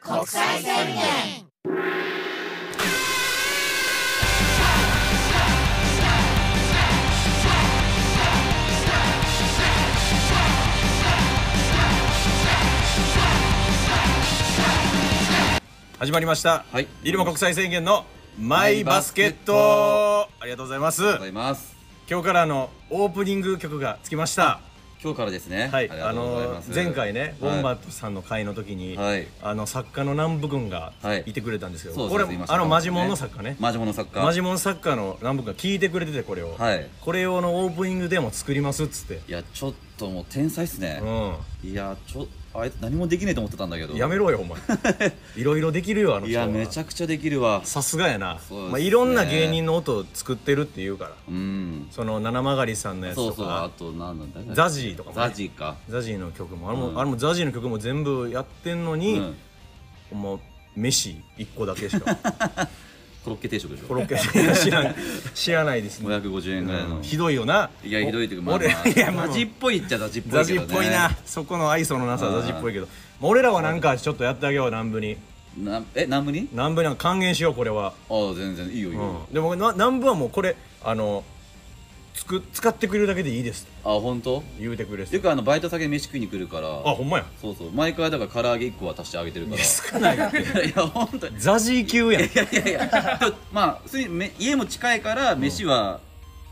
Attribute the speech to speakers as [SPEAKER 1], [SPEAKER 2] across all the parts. [SPEAKER 1] 国際宣言
[SPEAKER 2] 始まりました、
[SPEAKER 3] はい
[SPEAKER 2] 入間国際宣言のマイバスケットありがとうございます
[SPEAKER 3] ございます。
[SPEAKER 2] 今日からあのオープニング曲がつきました
[SPEAKER 3] 今日からですね。
[SPEAKER 2] はい
[SPEAKER 3] あり
[SPEAKER 2] あ
[SPEAKER 3] がとうござい
[SPEAKER 2] の
[SPEAKER 3] ます。
[SPEAKER 2] 前回ねボンバ
[SPEAKER 3] は
[SPEAKER 2] ットさんの会の時に、
[SPEAKER 3] はい
[SPEAKER 2] あの作家の南部君が
[SPEAKER 3] はい
[SPEAKER 2] いてくれたんですけ
[SPEAKER 3] い
[SPEAKER 2] ど、
[SPEAKER 3] そう
[SPEAKER 2] これ
[SPEAKER 3] そうそういました
[SPEAKER 2] あのマジモンの作家ね
[SPEAKER 3] マジモンの作家。
[SPEAKER 2] マジモン作家の南部君が聞いてくれててこれを、
[SPEAKER 3] はい
[SPEAKER 2] これ用のオープニングでも作りますっつって
[SPEAKER 3] いやちょっともう天才っすね。
[SPEAKER 2] う
[SPEAKER 3] いやちょあいつ何もできねえと思ってたんだけど。
[SPEAKER 2] んやめろよお前いろいろできるよあの
[SPEAKER 3] い
[SPEAKER 2] 人は
[SPEAKER 3] やめちゃくちゃできるわ。
[SPEAKER 2] さすがやな、
[SPEAKER 3] そうですね
[SPEAKER 2] まあ、いろんな芸人の音を作ってるっていうから
[SPEAKER 3] うん。
[SPEAKER 2] その七曲りさんのやつ
[SPEAKER 3] そ
[SPEAKER 2] と
[SPEAKER 3] うそうあ
[SPEAKER 2] か
[SPEAKER 3] となんなんだね
[SPEAKER 2] ザジーとかもね
[SPEAKER 3] ザジーか。
[SPEAKER 2] ザジーの曲もあれも,、あれもザジーの曲も全部やってんの
[SPEAKER 3] う
[SPEAKER 2] に、
[SPEAKER 3] ん。
[SPEAKER 2] もう飯一個だけしか
[SPEAKER 3] コロッケ定食でし
[SPEAKER 2] コ
[SPEAKER 3] ょ。
[SPEAKER 2] ロッケ知らん知らないです
[SPEAKER 3] 五
[SPEAKER 2] ね、
[SPEAKER 3] 百五十円ぐらいの。
[SPEAKER 2] ひどいよない
[SPEAKER 3] やひどいというかまあ
[SPEAKER 2] 俺
[SPEAKER 3] まあ。
[SPEAKER 2] いやもう
[SPEAKER 3] ザジっぽいっちゃザジっぽ
[SPEAKER 2] ザ
[SPEAKER 3] いけ
[SPEAKER 2] ジ
[SPEAKER 3] ど
[SPEAKER 2] っ
[SPEAKER 3] ね。
[SPEAKER 2] ぽいな、。そこの愛想のなさはザジっぽいけどまあ俺らはなんかちょっとやってあげよう南部に
[SPEAKER 3] なえ南部に？
[SPEAKER 2] 南部には還元しようこれは、
[SPEAKER 3] ああ全然いいよいいよ。
[SPEAKER 2] でもな南部はもうこれあのつく使ってくれるだけでいいです
[SPEAKER 3] あ本当？
[SPEAKER 2] 言うてくれ
[SPEAKER 3] よ
[SPEAKER 2] て
[SPEAKER 3] くあのバイト先で飯食いに来るから。
[SPEAKER 2] あほんまや
[SPEAKER 3] そうそう毎回だから唐揚げ1個は足してあげてるから
[SPEAKER 2] 少ないよ
[SPEAKER 3] いや本当にい
[SPEAKER 2] ザジー 級やん
[SPEAKER 3] やいやいやとまあ普通にめ家も近いから飯は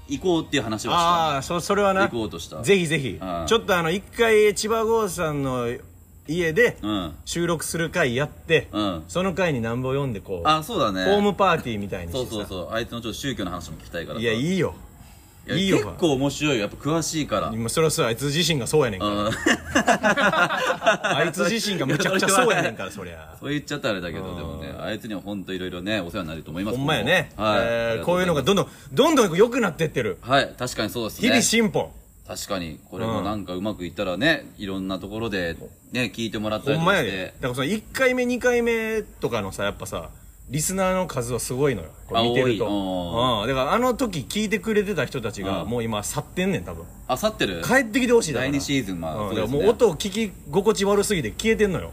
[SPEAKER 3] 行こうっていう話を
[SPEAKER 2] あ
[SPEAKER 3] し
[SPEAKER 2] あそそれは
[SPEAKER 3] た
[SPEAKER 2] な
[SPEAKER 3] 行こうとした
[SPEAKER 2] ぜひぜひ
[SPEAKER 3] うん
[SPEAKER 2] ちょっとあの一回千葉郷さんの家で
[SPEAKER 3] うん
[SPEAKER 2] 収録する回やって、
[SPEAKER 3] うん
[SPEAKER 2] その回に南部を読んでこう
[SPEAKER 3] あそうだね
[SPEAKER 2] ホームパーティーみたいにして
[SPEAKER 3] そ
[SPEAKER 2] さ
[SPEAKER 3] うそうそうあいつのちょっと宗教の話も聞きたいから
[SPEAKER 2] やい
[SPEAKER 3] い
[SPEAKER 2] いよ
[SPEAKER 3] や
[SPEAKER 2] いいよ
[SPEAKER 3] 結構面白いよやっぱ詳しいから
[SPEAKER 2] 今それはそうあいつ自身がそうやねんから
[SPEAKER 3] うん
[SPEAKER 2] あいつ自身がめちゃくちゃそうやねんからそりゃ
[SPEAKER 3] そう言っちゃったらあれだけどでもねあいつには本当いろいろねお世話になると思います
[SPEAKER 2] ほんまやね、
[SPEAKER 3] はいあ
[SPEAKER 2] え
[SPEAKER 3] り
[SPEAKER 2] ー
[SPEAKER 3] と
[SPEAKER 2] こういうのがどんどんどんどん良くなってってる
[SPEAKER 3] ございますはい確かにそうですね
[SPEAKER 2] 日々進歩、
[SPEAKER 3] 確かにこれもなんかうまくいったらね、いろんなところでね聞いてもらったり
[SPEAKER 2] ほ
[SPEAKER 3] と
[SPEAKER 2] ん
[SPEAKER 3] か
[SPEAKER 2] ま
[SPEAKER 3] し
[SPEAKER 2] や
[SPEAKER 3] て、
[SPEAKER 2] でだからその1回目2回目とかのさやっぱさリスナーの数はすごいのよこれ見てると
[SPEAKER 3] あ多
[SPEAKER 2] うんだからあの時聞いてくれてた人たちが
[SPEAKER 3] うん
[SPEAKER 2] もう今去ってんねん多分
[SPEAKER 3] あさってる
[SPEAKER 2] 帰ってきてほしいだから
[SPEAKER 3] 第2シーズンまあ、
[SPEAKER 2] うん
[SPEAKER 3] そう
[SPEAKER 2] だか
[SPEAKER 3] で
[SPEAKER 2] ら
[SPEAKER 3] す
[SPEAKER 2] も
[SPEAKER 3] ね
[SPEAKER 2] う音を聞き心地悪すぎて消えてんの よ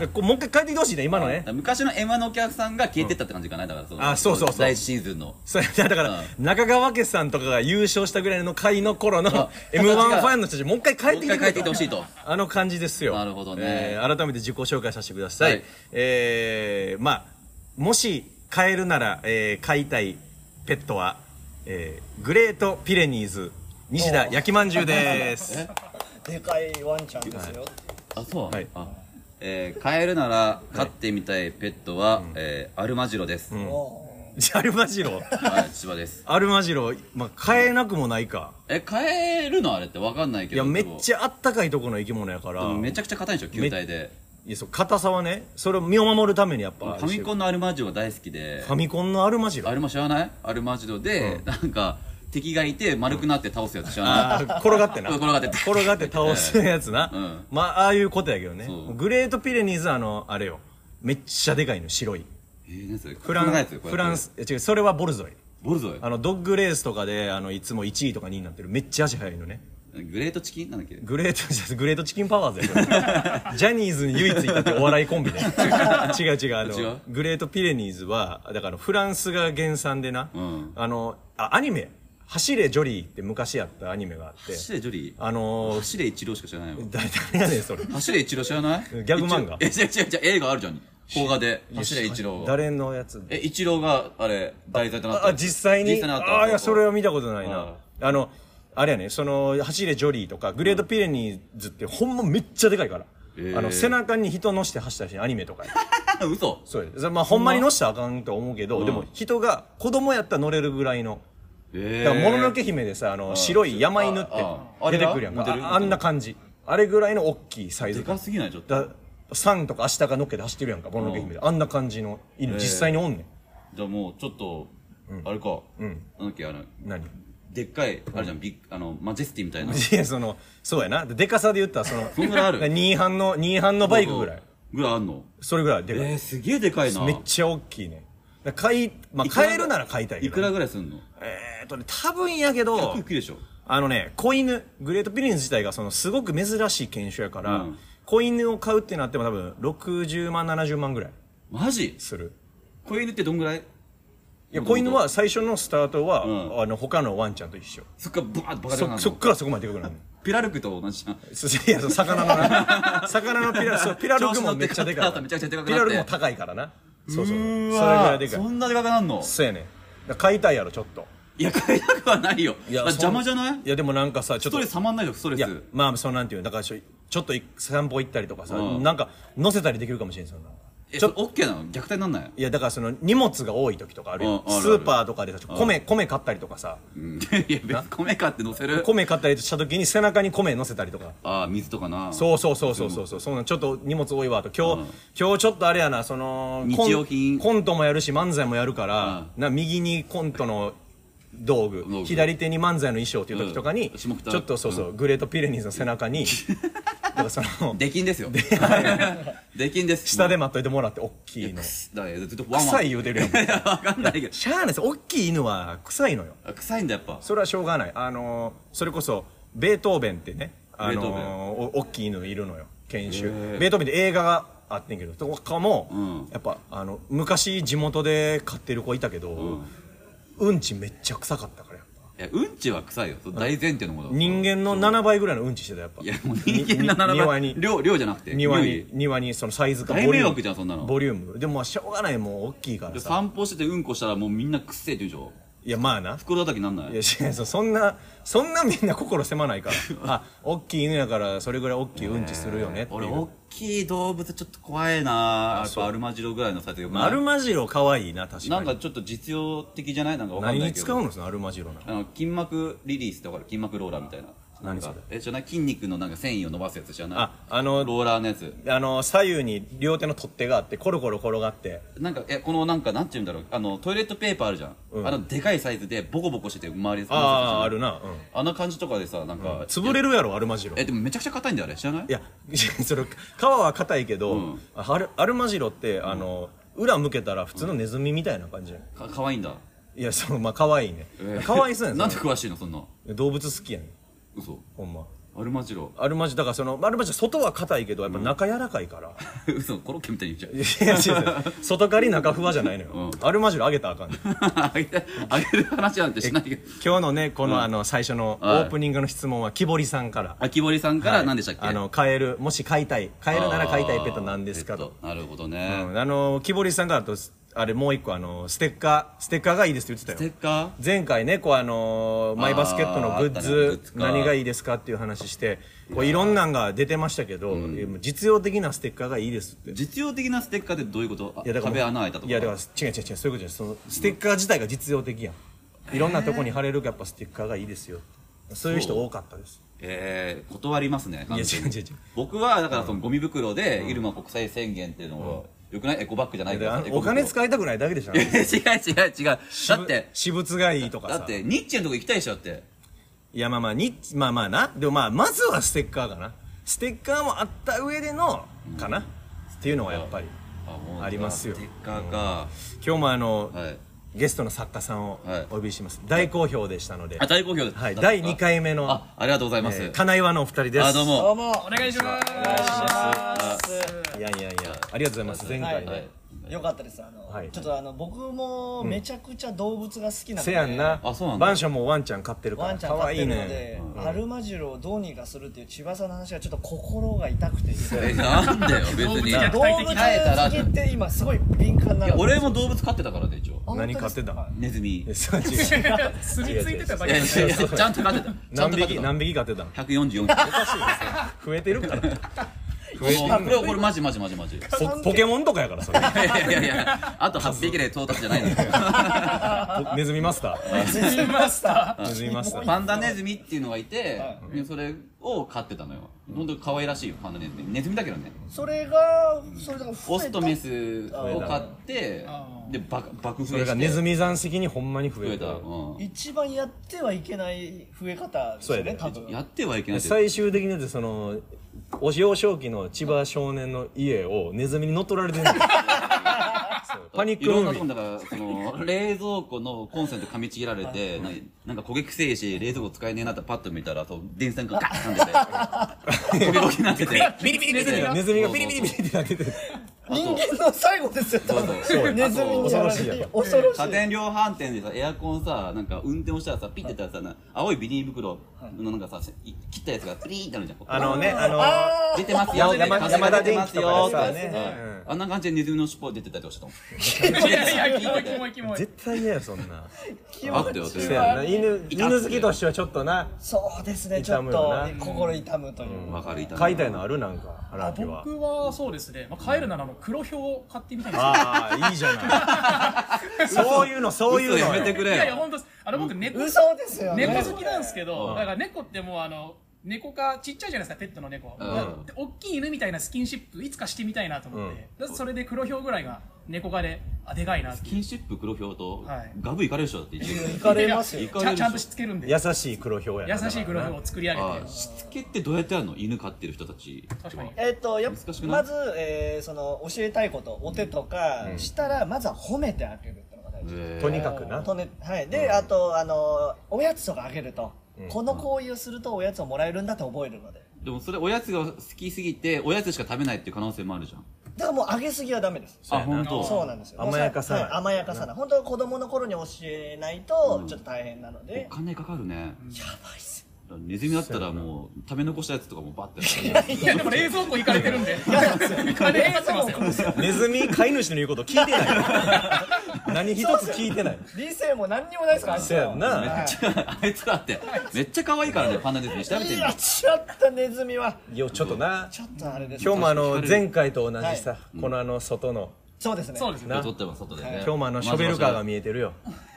[SPEAKER 2] でこうもう一回帰ってきてほしいね今のね
[SPEAKER 3] 昔の M−1 のお客さんが消えてったって感じかなだからそ
[SPEAKER 2] あそうそうそう
[SPEAKER 3] 第1シーズンの
[SPEAKER 2] そうやだから中川家さんとかが優勝したぐらいの回の頃の m 1ファンの人たちもう一回帰ってき
[SPEAKER 3] も
[SPEAKER 2] てくれ
[SPEAKER 3] う一回帰ってきてほしいと
[SPEAKER 2] あの感じですよ
[SPEAKER 3] なるほどね
[SPEAKER 2] えー改めて自己紹介させてください、
[SPEAKER 3] はい
[SPEAKER 2] えーまあもし飼えるなら、えー飼いたいペットは、えーグレートピレニーズ西田焼きまんじゅうです
[SPEAKER 1] でかいワンちゃんですよ、
[SPEAKER 3] あそう、
[SPEAKER 2] はい
[SPEAKER 3] あえー、飼えるなら飼ってみたいペットは、えーアルマジロです、
[SPEAKER 1] も
[SPEAKER 2] アルマジロ
[SPEAKER 3] はい千葉です
[SPEAKER 2] アルマジロ、まあ、飼えなくもないか
[SPEAKER 3] え飼えるのあれってわかんないけ
[SPEAKER 2] い
[SPEAKER 3] ど
[SPEAKER 2] やめっ
[SPEAKER 3] ゃ
[SPEAKER 2] ちゃあったかいとこの生き物やから
[SPEAKER 3] めちゃくちゃ硬いでしょ球体で
[SPEAKER 2] いやそう硬さはねそれを身を守るためにやっぱ
[SPEAKER 3] ファミコンのアルマジロが大好きで
[SPEAKER 2] ファミコンのアルマジロ
[SPEAKER 3] あれも知らないアルマジロで、なんか敵がいて丸くなって倒すやつ知らない、
[SPEAKER 2] あー 転がってな
[SPEAKER 3] 転がって
[SPEAKER 2] 転がって倒すやつな、
[SPEAKER 3] うん
[SPEAKER 2] まあああいうことやけどね
[SPEAKER 3] そう
[SPEAKER 2] グレートピレニーズはあのあれよめっちゃでかいの白い
[SPEAKER 3] えー、何それ
[SPEAKER 2] フラ
[SPEAKER 3] こんなや
[SPEAKER 2] ン
[SPEAKER 3] つこうやって
[SPEAKER 2] フランスえ違うそれはボルゾイ
[SPEAKER 3] ボルゾイ
[SPEAKER 2] あのドッグレースとかであのいつも1位とか2位になってるめっちゃ足速いのね
[SPEAKER 3] グレートチキンなんだっけ
[SPEAKER 2] グレート グレートチキンパワーズや これジャニーズに唯一いたってお笑いコンビで違う違うあの
[SPEAKER 3] 違う
[SPEAKER 2] グレートピレニーズはだからフランスが原産でな、
[SPEAKER 3] ん
[SPEAKER 2] あのあアニメ「走れジョリー」って昔やったアニメがあって
[SPEAKER 3] 走れジョリー
[SPEAKER 2] あのー、
[SPEAKER 3] 走れ一郎しか知らないわ
[SPEAKER 2] だ誰やねんそれ
[SPEAKER 3] 走れ一郎知らない
[SPEAKER 2] ギャグ漫画
[SPEAKER 3] 一郎え違う違う違う映画あるじゃん邦画で走れ一郎
[SPEAKER 2] 誰のやつ
[SPEAKER 3] え一郎があれ題材となった
[SPEAKER 2] あ実際に
[SPEAKER 3] 実際なった
[SPEAKER 2] ああいやそれは見たことない
[SPEAKER 3] あ
[SPEAKER 2] なあのあれやねその「走れジョリー」とか「グレートピレニーズ」ってほんまめっちゃでかいから、
[SPEAKER 3] ー
[SPEAKER 2] あの背中に人乗して走ったりしてアニメとかや
[SPEAKER 3] 嘘
[SPEAKER 2] そうやでそれまあほんまに乗したらあかんとは思うけど、でも人が子供やったら乗れるぐらいの
[SPEAKER 3] え
[SPEAKER 2] だ
[SPEAKER 3] え
[SPEAKER 2] からもののけ姫でさあの白い山犬って
[SPEAKER 3] ああ
[SPEAKER 2] 出てくるやんか
[SPEAKER 3] あれがモデル
[SPEAKER 2] ああんな感じあれぐらいの大きいサイズ
[SPEAKER 3] でかすぎないちょっと
[SPEAKER 2] だサンとかアシタが乗っけて走ってるやんかもののけ姫であんな感じの犬実際におんねん
[SPEAKER 3] じゃあもうちょっとあれかなんだっけあの
[SPEAKER 2] 何
[SPEAKER 3] でっかいあるじゃんビッグあのマジェスティみたいない
[SPEAKER 2] やそのそうやなででかさで言ったらその
[SPEAKER 3] そんぐらいある
[SPEAKER 2] 2班の2班のバイクぐらい
[SPEAKER 3] ぐらいあんの
[SPEAKER 2] それぐらいでかい
[SPEAKER 3] えー、すげえでかいな
[SPEAKER 2] めっちゃ大きいねだから買い、まあ、
[SPEAKER 3] いくら
[SPEAKER 2] 買えるなら買いたいけ
[SPEAKER 3] い
[SPEAKER 2] ど
[SPEAKER 3] くらぐらいすんの
[SPEAKER 2] えーっとね多分やけど
[SPEAKER 3] 100いくでしょ
[SPEAKER 2] あのね子犬グレートピリンズ自体がそのすごく珍しい犬種やから、
[SPEAKER 3] うん
[SPEAKER 2] 子犬を飼うっていうのはあっても多分60万70万ぐらい
[SPEAKER 3] マジ
[SPEAKER 2] する
[SPEAKER 3] 子犬ってどんぐらい
[SPEAKER 2] いや子犬は最初のスタートは、
[SPEAKER 3] うん
[SPEAKER 2] あの他のワンちゃんと一緒
[SPEAKER 3] そっからバーッとバカでかく
[SPEAKER 2] そ
[SPEAKER 3] なる
[SPEAKER 2] そ
[SPEAKER 3] の
[SPEAKER 2] っからそこまででかくなるの
[SPEAKER 3] ピラルクと同じじゃん
[SPEAKER 2] そういやそう魚のな 魚のピラそうピラルクもめっちゃでか
[SPEAKER 3] 調子乗って買った後
[SPEAKER 2] い
[SPEAKER 3] めちゃくちゃでかくな
[SPEAKER 2] ピ
[SPEAKER 3] って
[SPEAKER 2] ラルクも高いからなそうそうそうれ
[SPEAKER 3] ー
[SPEAKER 2] ぐ
[SPEAKER 3] わ
[SPEAKER 2] らいでかい
[SPEAKER 3] そんなでかくなんの
[SPEAKER 2] そうやねんだから買いたいやろちょっと
[SPEAKER 3] いや買いたくはないよ
[SPEAKER 2] いや
[SPEAKER 3] あ邪魔じゃない
[SPEAKER 2] いやでもなんかさちょ
[SPEAKER 3] ス
[SPEAKER 2] っ
[SPEAKER 3] ト
[SPEAKER 2] と
[SPEAKER 3] レスたまんないよストレ
[SPEAKER 2] い
[SPEAKER 3] ス
[SPEAKER 2] やまあそうなんていうのだからちょちょっとい散歩行ったりとかさ、
[SPEAKER 3] うん
[SPEAKER 2] なんか乗せたりできるかもしれんすよなんか
[SPEAKER 3] え
[SPEAKER 2] ち
[SPEAKER 3] ち
[SPEAKER 2] ょ
[SPEAKER 3] ょっとオッケーなの虐待なんない
[SPEAKER 2] いやだからその荷物が多い時とかあるよ
[SPEAKER 3] うんあるある
[SPEAKER 2] スーパーとかでさ米米買ったりとかさ
[SPEAKER 3] うん いや別に米買って乗せる
[SPEAKER 2] 米買ったりした時に背中に米乗せたりとか
[SPEAKER 3] ああ水とかな
[SPEAKER 2] そうそうそうそうそうそうそうなんちょっと荷物多いわと今日、
[SPEAKER 3] うん
[SPEAKER 2] 今日ちょっとあれやなそのコン
[SPEAKER 3] 日用品
[SPEAKER 2] コントもやるし漫才もやるから、な右にコントの道具
[SPEAKER 3] 道具
[SPEAKER 2] 左手に漫才の衣装っていう時とかに、
[SPEAKER 3] うん下北
[SPEAKER 2] ちょっとそうそう、グレートピレニーズの背中 にだからその
[SPEAKER 3] 出禁ですよ出禁です
[SPEAKER 2] 下で待っといてもらって大きいの
[SPEAKER 3] だからずっとワンワ
[SPEAKER 2] 臭
[SPEAKER 3] ン
[SPEAKER 2] い言うてるやん
[SPEAKER 3] いやわかんないけど
[SPEAKER 2] しゃあないです大きい犬は臭いのよ
[SPEAKER 3] あ臭いんだやっぱ
[SPEAKER 2] それはしょうがないあのーそれこそベートーベンってねあ
[SPEAKER 3] ベートーベン
[SPEAKER 2] のーお大きい犬いるのよ研修
[SPEAKER 3] へー
[SPEAKER 2] ベートーベンって映画があってんけどとかも、
[SPEAKER 3] うん
[SPEAKER 2] やっぱあの昔地元で飼ってる子いたけど、うん
[SPEAKER 3] ん、
[SPEAKER 2] ちめっちゃ臭かったからやっぱ
[SPEAKER 3] いやうんちは臭いよそれ大前提のもの
[SPEAKER 2] 人間の7倍ぐらいのうんちしてたやっぱ
[SPEAKER 3] いやもう人間な
[SPEAKER 2] に
[SPEAKER 3] 並
[SPEAKER 2] 庭
[SPEAKER 3] ば
[SPEAKER 2] に
[SPEAKER 3] 量量じゃなくて
[SPEAKER 2] 庭
[SPEAKER 3] 匂
[SPEAKER 2] に
[SPEAKER 3] い
[SPEAKER 2] 庭にそのサイズ感
[SPEAKER 3] 大
[SPEAKER 2] ボリュ
[SPEAKER 3] 迷
[SPEAKER 2] ーム
[SPEAKER 3] 惑じゃんそんなの
[SPEAKER 2] ボリュームでもまあしょうがないもう大きいから
[SPEAKER 3] で
[SPEAKER 2] さ
[SPEAKER 3] 散歩しててうんこしたらもうみんなくっせえって言うでしょ
[SPEAKER 2] いやまあな
[SPEAKER 3] 袋叩きなんない
[SPEAKER 2] いや違うそうそんなそんなみんな心狭ない からあ大きい犬やからそれぐらい大きいうんちするよねってい
[SPEAKER 3] 俺
[SPEAKER 2] う
[SPEAKER 3] 大きい動物ちょっと怖いなやっぱアルマジロぐらいのサイズが
[SPEAKER 2] まあアルマジロ可愛いな確
[SPEAKER 3] な
[SPEAKER 2] か
[SPEAKER 3] んか
[SPEAKER 2] に
[SPEAKER 3] ちょっと実用的じゃないなんかわかん
[SPEAKER 2] 何
[SPEAKER 3] ない
[SPEAKER 2] に
[SPEAKER 3] けど
[SPEAKER 2] 使うのそのアルマジロな
[SPEAKER 3] あの筋膜リリースってわかる筋膜ローラーみたいなな
[SPEAKER 2] 何
[SPEAKER 3] んか
[SPEAKER 2] それ
[SPEAKER 3] えじゃない筋肉のなんか繊維を伸ばすやつじゃない
[SPEAKER 2] ああの
[SPEAKER 3] ローラーのやつ
[SPEAKER 2] あの左右に両手の取っ手があってコロコロ転がって
[SPEAKER 3] なんかえこのなんかなんて言うんだろうあのトイレットペーパーあるじゃん、
[SPEAKER 2] うん
[SPEAKER 3] あのでかいサイズでボコボコしてて周りで
[SPEAKER 2] あああるな、う
[SPEAKER 3] あんな感じとかでさなんか、
[SPEAKER 2] ん、潰れるやろアルマジロ
[SPEAKER 3] えでもめちゃくちゃ硬いんだよあれ知らない
[SPEAKER 2] いや それ皮は硬いけど、
[SPEAKER 3] うん
[SPEAKER 2] あアルアルマジロってあの、裏向けたら普通のネズミみたいな感じ、
[SPEAKER 3] かかわいいんだ
[SPEAKER 2] いやそのまあ可愛いね、可愛いそうやん
[SPEAKER 3] なんで詳しいのそんな
[SPEAKER 2] 動物好きやね
[SPEAKER 3] 嘘
[SPEAKER 2] ほんま
[SPEAKER 3] アルマジロ
[SPEAKER 2] アルマジだからそのアルマジは外は硬いけどやっぱ中柔らかいから、
[SPEAKER 3] 嘘コロッケみたいに言っちゃう
[SPEAKER 2] いや違 う違う外刈り中ふわじゃないのよ、アルマジロあげたらあかん、ね、
[SPEAKER 3] あげてあげる話なんてしないけど
[SPEAKER 2] 今日のねこの,、あの最初のオ
[SPEAKER 3] はい
[SPEAKER 2] ープニングの質問は木彫りさんから
[SPEAKER 3] 秋堀さんから何でしたっけ、
[SPEAKER 2] あの飼えるもし飼いたい飼えるなら飼いたいペットなんですかと
[SPEAKER 3] ペットなるほど
[SPEAKER 2] う
[SPEAKER 3] ね、
[SPEAKER 2] んあの木彫りさんからとあれもう一個あのステッカーステッカーがいいですって言って
[SPEAKER 3] ス
[SPEAKER 2] た
[SPEAKER 3] テ
[SPEAKER 2] よ
[SPEAKER 3] ッカ
[SPEAKER 2] 前回ねこうあのマイバスケットのグッ
[SPEAKER 3] あーあったね
[SPEAKER 2] ズ
[SPEAKER 3] グッズか
[SPEAKER 2] 何がいいですかっていう話してこういろんなんが出てましたけど、いやもう実用的なステッカーがいいですって
[SPEAKER 3] ー実用的なステッカーってどういうことあ
[SPEAKER 2] いやだから
[SPEAKER 3] 壁穴開いたとか
[SPEAKER 2] いやだから違う違う違うそういうことじゃないそのステッカー自体が実用的やんいろんなとこに貼れるやっぱステッカーがいいですよそういう人多かったです
[SPEAKER 3] えー、断りますね
[SPEAKER 2] いや
[SPEAKER 3] 完全
[SPEAKER 2] 違
[SPEAKER 3] に
[SPEAKER 2] う違う違う
[SPEAKER 3] 僕はだからそのゴミ袋で入間国際宣言っていうのを、よくないエコバッグじゃないけ
[SPEAKER 2] で
[SPEAKER 3] ど
[SPEAKER 2] あ
[SPEAKER 3] さ
[SPEAKER 2] の
[SPEAKER 3] エコ
[SPEAKER 2] お
[SPEAKER 3] 袋
[SPEAKER 2] 金使いたくないだけでしょ
[SPEAKER 3] 違う違う違うだって
[SPEAKER 2] 私物がいいとか
[SPEAKER 3] だ
[SPEAKER 2] さ
[SPEAKER 3] ってニッチェのとこ行きたいでしょだって
[SPEAKER 2] いやまあまあにまあまあなでもまあまずはステッカーかなステッカーもあった上でのかな、っていうのはやっぱり
[SPEAKER 3] あも
[SPEAKER 2] ありますよ
[SPEAKER 3] ステッカーか、
[SPEAKER 2] 今日もあの、
[SPEAKER 3] はい
[SPEAKER 2] ゲストの作家さんを
[SPEAKER 3] はい
[SPEAKER 2] お呼びします、大好評でしたので
[SPEAKER 3] あ、大好評だった
[SPEAKER 2] はい、第2回目の
[SPEAKER 3] あありがとうございます、
[SPEAKER 2] えー金岩のお二人です
[SPEAKER 3] あどうも
[SPEAKER 1] どうもお願いします
[SPEAKER 2] いやいやいやありがとうございます前
[SPEAKER 1] は
[SPEAKER 2] 回
[SPEAKER 1] い
[SPEAKER 2] ね、
[SPEAKER 1] よかったですあの、
[SPEAKER 2] はい
[SPEAKER 1] ちょっとあの僕もめちゃくちゃ動物が好きなの
[SPEAKER 2] せ
[SPEAKER 1] で、
[SPEAKER 2] やんな
[SPEAKER 3] あそうなんだ
[SPEAKER 2] マンションもワンちゃん飼ってるから
[SPEAKER 1] ワンちゃん飼ってるので、
[SPEAKER 2] 可愛いね
[SPEAKER 1] アルマジロをどうにかするっていう千葉さんの話がちょっと心が痛くて
[SPEAKER 3] えな んだよ別に
[SPEAKER 4] 動
[SPEAKER 1] 動
[SPEAKER 4] 物
[SPEAKER 1] 物好きって今すごい敏感なの
[SPEAKER 3] 俺も動物飼ってたからで一応
[SPEAKER 1] あ
[SPEAKER 2] 何飼ってた
[SPEAKER 1] 本
[SPEAKER 3] ネズミ
[SPEAKER 2] えそう違う
[SPEAKER 4] すみついてただ
[SPEAKER 3] い
[SPEAKER 4] け
[SPEAKER 3] やい
[SPEAKER 4] だね
[SPEAKER 3] やいやちゃんと飼ってたちゃん
[SPEAKER 2] 何
[SPEAKER 3] と飼って
[SPEAKER 2] 匹
[SPEAKER 3] た
[SPEAKER 2] 何匹飼ってたの
[SPEAKER 3] 144匹
[SPEAKER 2] 増えてるから増えてる
[SPEAKER 3] あこれこれマジマジマジマジい
[SPEAKER 2] ポポケモンとかやからそれ
[SPEAKER 3] やいやいやあと8匹で到達じゃないの
[SPEAKER 2] ポネズミマスタ
[SPEAKER 1] 当ですかネズミマスタ
[SPEAKER 2] ーネズミマスター
[SPEAKER 3] パンダネズミっていうのがいてでそれを飼ってたのよ本当可愛らしいよパンダネズミネズミだけどね
[SPEAKER 1] ーそれがそれだから増えた
[SPEAKER 3] オスとメスを飼ってで爆爆
[SPEAKER 2] そ
[SPEAKER 3] 増え
[SPEAKER 2] れ
[SPEAKER 3] し
[SPEAKER 2] が
[SPEAKER 3] て
[SPEAKER 2] ネズミ山積にほんまに増
[SPEAKER 3] 増え
[SPEAKER 2] え
[SPEAKER 3] た、
[SPEAKER 2] た
[SPEAKER 3] う
[SPEAKER 1] 一番やってはいけない増え方ですよね
[SPEAKER 2] そ
[SPEAKER 1] 多
[SPEAKER 2] う
[SPEAKER 1] 分
[SPEAKER 3] ん、やってはいけないって
[SPEAKER 2] 最終的にだってそのお幼少期の千葉少年の家をネズミに乗っ取られてるんだよそうパニック
[SPEAKER 3] い
[SPEAKER 2] ム
[SPEAKER 3] ろ
[SPEAKER 2] ー
[SPEAKER 3] んな
[SPEAKER 2] ビ
[SPEAKER 3] とこ
[SPEAKER 2] ー
[SPEAKER 3] だから、その、冷蔵庫のコンセント噛みちぎられて、ななんか焦げくせえし、冷蔵庫使えねえなってパッと見たら、そう、電線がガッて噛んでて、焦げ焦げになってて。
[SPEAKER 2] ビリビリビリネズミがビリビリビリってなってて
[SPEAKER 1] 人間の最後ですよ多分
[SPEAKER 3] そうそう
[SPEAKER 1] ネズミにやられ
[SPEAKER 2] そう
[SPEAKER 1] て恐ろしい
[SPEAKER 3] 家電量販店でさ、エアコンさ、なんか運転をしたらさ、ピッてやったらさ、な青いビニール袋のなんかさ、い切ったやつがプリーンってなるじゃん。
[SPEAKER 2] あのねあの
[SPEAKER 1] あ
[SPEAKER 3] 出てますよ、
[SPEAKER 2] 山
[SPEAKER 3] 風が出てますよ、
[SPEAKER 2] 山田電機とか
[SPEAKER 3] と
[SPEAKER 2] で
[SPEAKER 3] か
[SPEAKER 2] さ
[SPEAKER 3] ね
[SPEAKER 2] ね
[SPEAKER 3] あんな感じでネズミの尻尾出てたりとかしたもん。
[SPEAKER 4] いやいや、キモいキモいキモい。
[SPEAKER 2] 絶対嫌よそんな
[SPEAKER 1] 気
[SPEAKER 3] あったよ
[SPEAKER 1] 持ち
[SPEAKER 2] せやな
[SPEAKER 1] 悪い
[SPEAKER 2] 犬犬好きとしてはちょっとな
[SPEAKER 1] そうですねち
[SPEAKER 2] 痛
[SPEAKER 1] ょ
[SPEAKER 2] む
[SPEAKER 1] っ
[SPEAKER 2] よ
[SPEAKER 1] と
[SPEAKER 2] な
[SPEAKER 1] 心痛むという
[SPEAKER 3] わかる、痛
[SPEAKER 2] 買いたいのあるなんか
[SPEAKER 4] あ
[SPEAKER 2] 荒木は
[SPEAKER 4] 僕はそうですね、まあ、買えるならあの黒表を買ってみたいんですけど
[SPEAKER 2] ああいいじゃない そういうのそういうの
[SPEAKER 3] 嘘やめてくれよ
[SPEAKER 4] いやいや本当ですあの僕猫,、
[SPEAKER 1] 嘘ですよね
[SPEAKER 4] 猫好きなんですけど、
[SPEAKER 2] うん
[SPEAKER 4] だから猫ってもうあの猫かちっちゃいじゃないですかペットの猫、
[SPEAKER 3] ん
[SPEAKER 4] で大きい犬みたいなスキンシップいつかしてみたいなと思って、だそれで黒表ぐらいが猫科であでかいなって
[SPEAKER 3] キンシップ黒ひょうと
[SPEAKER 4] はい、
[SPEAKER 3] ガブいかれるでしょ、だって一応。
[SPEAKER 1] 行かれますよ
[SPEAKER 3] 行
[SPEAKER 4] ちゃんちゃんとしつけるんで
[SPEAKER 2] 優しい黒ひょうやな
[SPEAKER 4] 優しい黒表を作り上げて
[SPEAKER 3] あしつけってどうやってやるの犬飼ってる人たち
[SPEAKER 4] 確かに
[SPEAKER 1] えっとやっ
[SPEAKER 3] 難しくない
[SPEAKER 1] まずえーその教えたいことお手とかしたらまずは褒めてあげるってのが大事
[SPEAKER 2] とにかくな
[SPEAKER 1] とねはいであとあのおやつとかあげると
[SPEAKER 2] うん
[SPEAKER 1] この行為をするとおやつをもらえるんだって覚えるので
[SPEAKER 3] でもそれおやつが好きすぎておやつしか食べないっていう可能性もあるじゃん
[SPEAKER 1] だからもうあげすぎはダメです
[SPEAKER 2] そうやな
[SPEAKER 3] あ本当
[SPEAKER 1] そうなんですよ
[SPEAKER 2] 甘やかさない
[SPEAKER 1] はい甘やかさない本当は子供の頃に教えないとちょっと大変なので、
[SPEAKER 3] お金かかるね
[SPEAKER 1] やばいっす
[SPEAKER 3] ネズミだったらもう食べ残したやつとかもバッて
[SPEAKER 4] いやでも冷蔵庫行かれてるんで金かかってますよ
[SPEAKER 2] ネズミ飼い主の言うこと聞いてない何一つ聞いてない
[SPEAKER 1] 理性も何にもないですからあいつ
[SPEAKER 2] せや
[SPEAKER 1] は
[SPEAKER 2] んな
[SPEAKER 3] めっちゃあ いつだってめっちゃ可愛いからねパンダネズミ調べて
[SPEAKER 1] い
[SPEAKER 3] み
[SPEAKER 1] やちょっとネズミは
[SPEAKER 2] よちょっとな
[SPEAKER 1] ちょっとあれです
[SPEAKER 2] 今日もあ
[SPEAKER 3] 確
[SPEAKER 2] の
[SPEAKER 3] かに
[SPEAKER 2] 前回と同じ
[SPEAKER 1] は
[SPEAKER 2] さこのあの外の
[SPEAKER 1] そうですね
[SPEAKER 4] そうですね
[SPEAKER 2] な
[SPEAKER 3] 撮ってます外でね
[SPEAKER 2] 今日もあのショベルカーが見えてるよ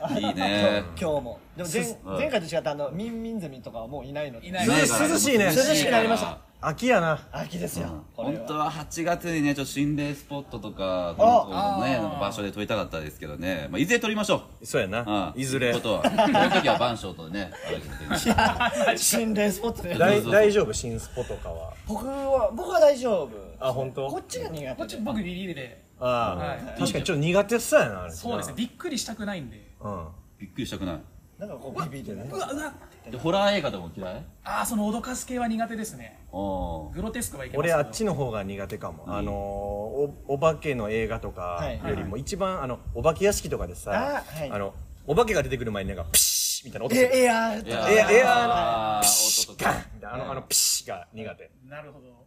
[SPEAKER 3] えいいね
[SPEAKER 1] 今日もでも前
[SPEAKER 3] ん
[SPEAKER 1] 前回と違ってあのミンミンゼミとかはもういないので
[SPEAKER 4] いない
[SPEAKER 2] 涼涼しいね涼
[SPEAKER 1] しくなりました
[SPEAKER 2] 秋やな
[SPEAKER 1] 秋ですよこれ
[SPEAKER 3] 本当
[SPEAKER 1] は
[SPEAKER 3] は8月にね、ちょっと心霊スポットとか、
[SPEAKER 1] あ
[SPEAKER 3] 本当ね、なんか場所で撮りたかったですけどね。まあ、いずれ撮りましょう。
[SPEAKER 2] そうやな
[SPEAKER 3] うん
[SPEAKER 2] いずれ
[SPEAKER 3] ことは。この時は番賞と ね、あれですけどね
[SPEAKER 1] 心霊スポットで
[SPEAKER 2] 大大丈夫新スポとかは
[SPEAKER 1] 僕は僕は大丈夫
[SPEAKER 2] あ本当
[SPEAKER 1] こっちが苦
[SPEAKER 4] こ
[SPEAKER 1] 手
[SPEAKER 4] っち
[SPEAKER 1] で
[SPEAKER 4] 僕ビビリで
[SPEAKER 2] ああ
[SPEAKER 4] はい
[SPEAKER 2] 確かにちょっと苦手そうやなあれ
[SPEAKER 4] そうですねびっくりしたくないんで
[SPEAKER 2] うん
[SPEAKER 3] びっくりしたくない。
[SPEAKER 1] なんかこうビビってね
[SPEAKER 4] うわうわ
[SPEAKER 3] で、ホラー映画でも嫌い
[SPEAKER 4] ああその脅かす系は苦手ですね
[SPEAKER 3] おー
[SPEAKER 4] グロテスクはいけますけ
[SPEAKER 2] 俺
[SPEAKER 4] ど
[SPEAKER 2] あっちの方が苦手かも、あのーおお化けの映画とか
[SPEAKER 1] はい
[SPEAKER 2] よりも一番、あのお化け屋敷とかでさ
[SPEAKER 1] あはい
[SPEAKER 2] のお化けが出てくる前になんかピシッみたいな音する
[SPEAKER 1] えエアーと
[SPEAKER 3] エア
[SPEAKER 1] か
[SPEAKER 3] ー
[SPEAKER 2] エアエアーの
[SPEAKER 3] あー音とか
[SPEAKER 2] みたいなあのあのピシッが苦手
[SPEAKER 4] なるほど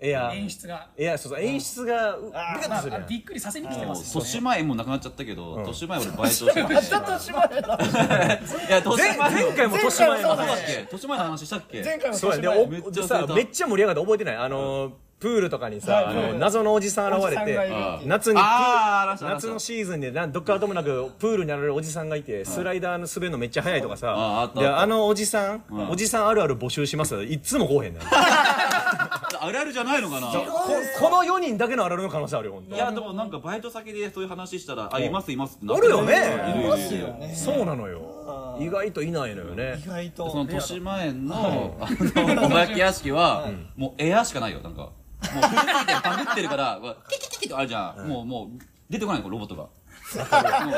[SPEAKER 2] エア
[SPEAKER 4] 演出が
[SPEAKER 2] エアそうそう演出がうガッ
[SPEAKER 4] ま
[SPEAKER 2] と
[SPEAKER 4] あ
[SPEAKER 2] するやん
[SPEAKER 4] びっくりさせに来て
[SPEAKER 3] も
[SPEAKER 4] ま
[SPEAKER 3] う
[SPEAKER 4] すよ
[SPEAKER 3] 年
[SPEAKER 4] ね
[SPEAKER 3] 前もうなくなっちゃったけど、年前俺バイトしててい
[SPEAKER 1] あちょっとしまえな
[SPEAKER 3] や年前
[SPEAKER 2] 前前回も年前
[SPEAKER 1] 前回もそう
[SPEAKER 2] の
[SPEAKER 1] だ
[SPEAKER 3] だっ
[SPEAKER 1] ね
[SPEAKER 2] 話
[SPEAKER 3] け年前の話したっけ
[SPEAKER 1] 前回も
[SPEAKER 2] そうや
[SPEAKER 1] 年
[SPEAKER 2] で
[SPEAKER 1] 前
[SPEAKER 2] お
[SPEAKER 3] めっちゃ
[SPEAKER 2] で
[SPEAKER 3] 忘
[SPEAKER 2] さ
[SPEAKER 3] れた
[SPEAKER 2] めっちゃ盛り上がって覚えてないあのープールとかにさ、
[SPEAKER 1] は
[SPEAKER 2] あ
[SPEAKER 1] いプー
[SPEAKER 2] の
[SPEAKER 1] ル
[SPEAKER 2] 謎のおじさん現れ
[SPEAKER 1] おじさん
[SPEAKER 2] て
[SPEAKER 1] がいるっていう
[SPEAKER 2] 夏にプ
[SPEAKER 3] あーあらした
[SPEAKER 2] ー夏のシーズンでなんどっからともなくプールにあるおじさんがいてスライダーの滑るのめっちゃ速いとかさ
[SPEAKER 3] ああった
[SPEAKER 2] で
[SPEAKER 3] あった
[SPEAKER 2] あのおじさん、
[SPEAKER 3] ん
[SPEAKER 2] おじさんあるある募集しますよいっつもこうへんねんこ
[SPEAKER 3] あるあるじゃないのかない
[SPEAKER 2] この4人だけのあるあるの可能性あるよほんと
[SPEAKER 3] やでもなんかバイト先でそういう話したら「あいますいます」ってな
[SPEAKER 2] お
[SPEAKER 3] っ
[SPEAKER 2] るよ
[SPEAKER 3] いる
[SPEAKER 2] ね
[SPEAKER 3] い
[SPEAKER 1] ま
[SPEAKER 3] る
[SPEAKER 1] す
[SPEAKER 3] いる
[SPEAKER 1] よね
[SPEAKER 2] そうなのよ意外といないのよね
[SPEAKER 1] 意外
[SPEAKER 3] その
[SPEAKER 1] と
[SPEAKER 3] 年前のあのお化け屋敷はもうエアしかないよなんかもう古すぎてバグってるからキキキキってあるじゃんもうもう出てこないのロボットが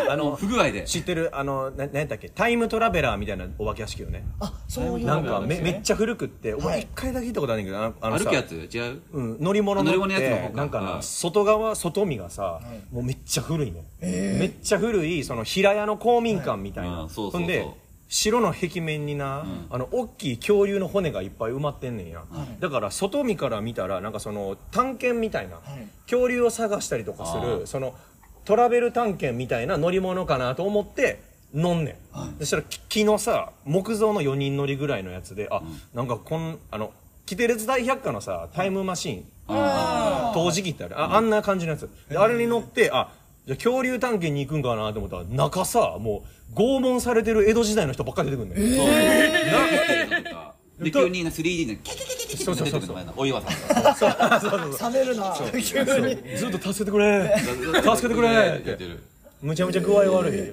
[SPEAKER 2] あの
[SPEAKER 3] 不具合で
[SPEAKER 2] 知ってるあのな何やったっけタイムトラベラーみたいなお化け屋敷よね
[SPEAKER 1] あそういう
[SPEAKER 2] なん
[SPEAKER 1] のがあ
[SPEAKER 2] かめ
[SPEAKER 1] るです
[SPEAKER 2] め
[SPEAKER 1] ね
[SPEAKER 2] っちゃ古くって、お
[SPEAKER 1] は
[SPEAKER 2] 前
[SPEAKER 1] い
[SPEAKER 2] 一回だけ聞いたことあるんだけどあのあのさ
[SPEAKER 3] 歩くやつ違う
[SPEAKER 2] うん、乗り物乗って
[SPEAKER 3] 乗り物のやつの方か
[SPEAKER 2] なんかな、
[SPEAKER 3] はい
[SPEAKER 2] 外側外見がさ、もうめっちゃ古いね、めっちゃ古いその平屋の公民館みたいな、
[SPEAKER 3] はいうんそうそうそう
[SPEAKER 2] ほんで白の壁面にな、あの大きい恐竜の骨がいっぱい埋まってんねんや、だから外見から見たらなんかその探検みたいな、恐竜を探したりとかす
[SPEAKER 3] あ
[SPEAKER 2] るそのトラベル探検みたいな乗り物かなと思って乗んねん、そしたらき木のさ木造の4人乗りぐらいのやつであ、なんかこんあのキテレツ大百科のさタイムマシーン、陶磁器ってあるあ,、ん、あんな感じのやつであれに乗ってあじゃあ恐竜探検に行くんかなと思ったら中さもう拷問されてる江戸時代の人ばっかり出てくるんだよ、
[SPEAKER 3] で急に 3D でキキキキキキって出てくるのかなお岩さんが
[SPEAKER 1] 冷めるな急に
[SPEAKER 2] ずっと助けてくれ 助けてくれ
[SPEAKER 3] や
[SPEAKER 2] っ
[SPEAKER 3] って
[SPEAKER 2] て
[SPEAKER 3] る
[SPEAKER 2] むちゃむちゃ具合悪い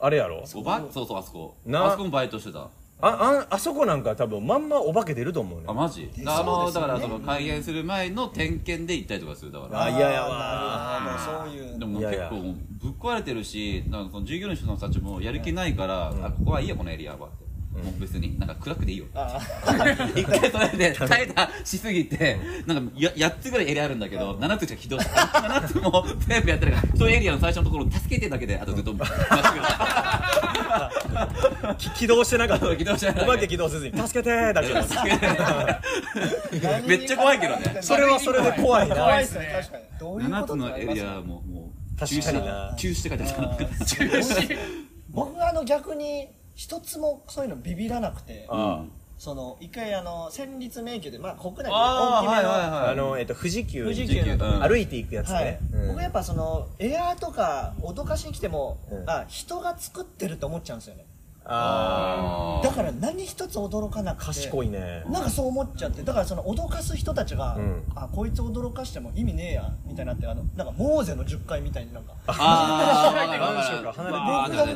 [SPEAKER 2] あれやろ
[SPEAKER 3] おばそうそうあそこ
[SPEAKER 2] な
[SPEAKER 3] あそこもバイトしてた
[SPEAKER 2] あああそこなんか多分まんまお化け出ると思うね
[SPEAKER 3] あマジ
[SPEAKER 1] そうですよね
[SPEAKER 3] あのだからその開園する前の点検で行ったりとかするだから
[SPEAKER 2] あ嫌やわ
[SPEAKER 1] わそういう
[SPEAKER 3] でも
[SPEAKER 2] いやい
[SPEAKER 3] 結
[SPEAKER 2] や
[SPEAKER 3] 構もうぶっ壊れてるしなんかその従業員の人たちもやる気ないから、あここはいいやこのエリアはって、もう別になんか暗くていいよ
[SPEAKER 1] あ
[SPEAKER 3] 一回それで耐えたしすぎてなんかや8つぐらいエリアあるんだけど7つしか起動して7つも全部やってるからそのエリアの最初のところを助けてるだけであとずっと待ってく
[SPEAKER 2] き起動してなかった
[SPEAKER 3] そう起動してなかった
[SPEAKER 2] お化け起動せずに助けてーだけ ど
[SPEAKER 1] ー
[SPEAKER 3] めっちゃ怖いけどね
[SPEAKER 2] それはそれで怖いな
[SPEAKER 1] 怖いですね確かにどういう
[SPEAKER 3] 7
[SPEAKER 1] こ
[SPEAKER 3] つ
[SPEAKER 1] と
[SPEAKER 3] のエリ
[SPEAKER 1] ってなりますよ
[SPEAKER 3] アももう中
[SPEAKER 2] 確かにな
[SPEAKER 3] 止中止って書いてある
[SPEAKER 1] あー僕はあの逆に一つもそういうのビビらなくて
[SPEAKER 2] あ
[SPEAKER 1] その一回あの戦慄迷宮でまあ国内で
[SPEAKER 3] あ
[SPEAKER 1] 大
[SPEAKER 3] あ
[SPEAKER 1] き
[SPEAKER 3] はい
[SPEAKER 1] め
[SPEAKER 3] はい
[SPEAKER 1] の
[SPEAKER 3] はい
[SPEAKER 2] あのえっと富士急
[SPEAKER 1] 富士
[SPEAKER 2] に
[SPEAKER 1] 急のとこ
[SPEAKER 3] うん
[SPEAKER 2] 歩いていくやつね、
[SPEAKER 1] はい、
[SPEAKER 2] うん
[SPEAKER 1] 僕やっぱそのエアーとか脅かしに来ても、
[SPEAKER 2] うん
[SPEAKER 1] あ人が作ってると思っちゃうんですよね
[SPEAKER 2] あ
[SPEAKER 3] あー
[SPEAKER 1] だから何一つ驚かなく
[SPEAKER 2] ー
[SPEAKER 1] て
[SPEAKER 2] 賢いね
[SPEAKER 1] なんかそう思っちゃってだからその脅かす人たちが、
[SPEAKER 2] うん
[SPEAKER 1] あこいつ驚かしても意味ねえやみたいになってあのなんかモーゼの10回みたいになんか
[SPEAKER 3] あーわかるわかる
[SPEAKER 2] マンションから離れて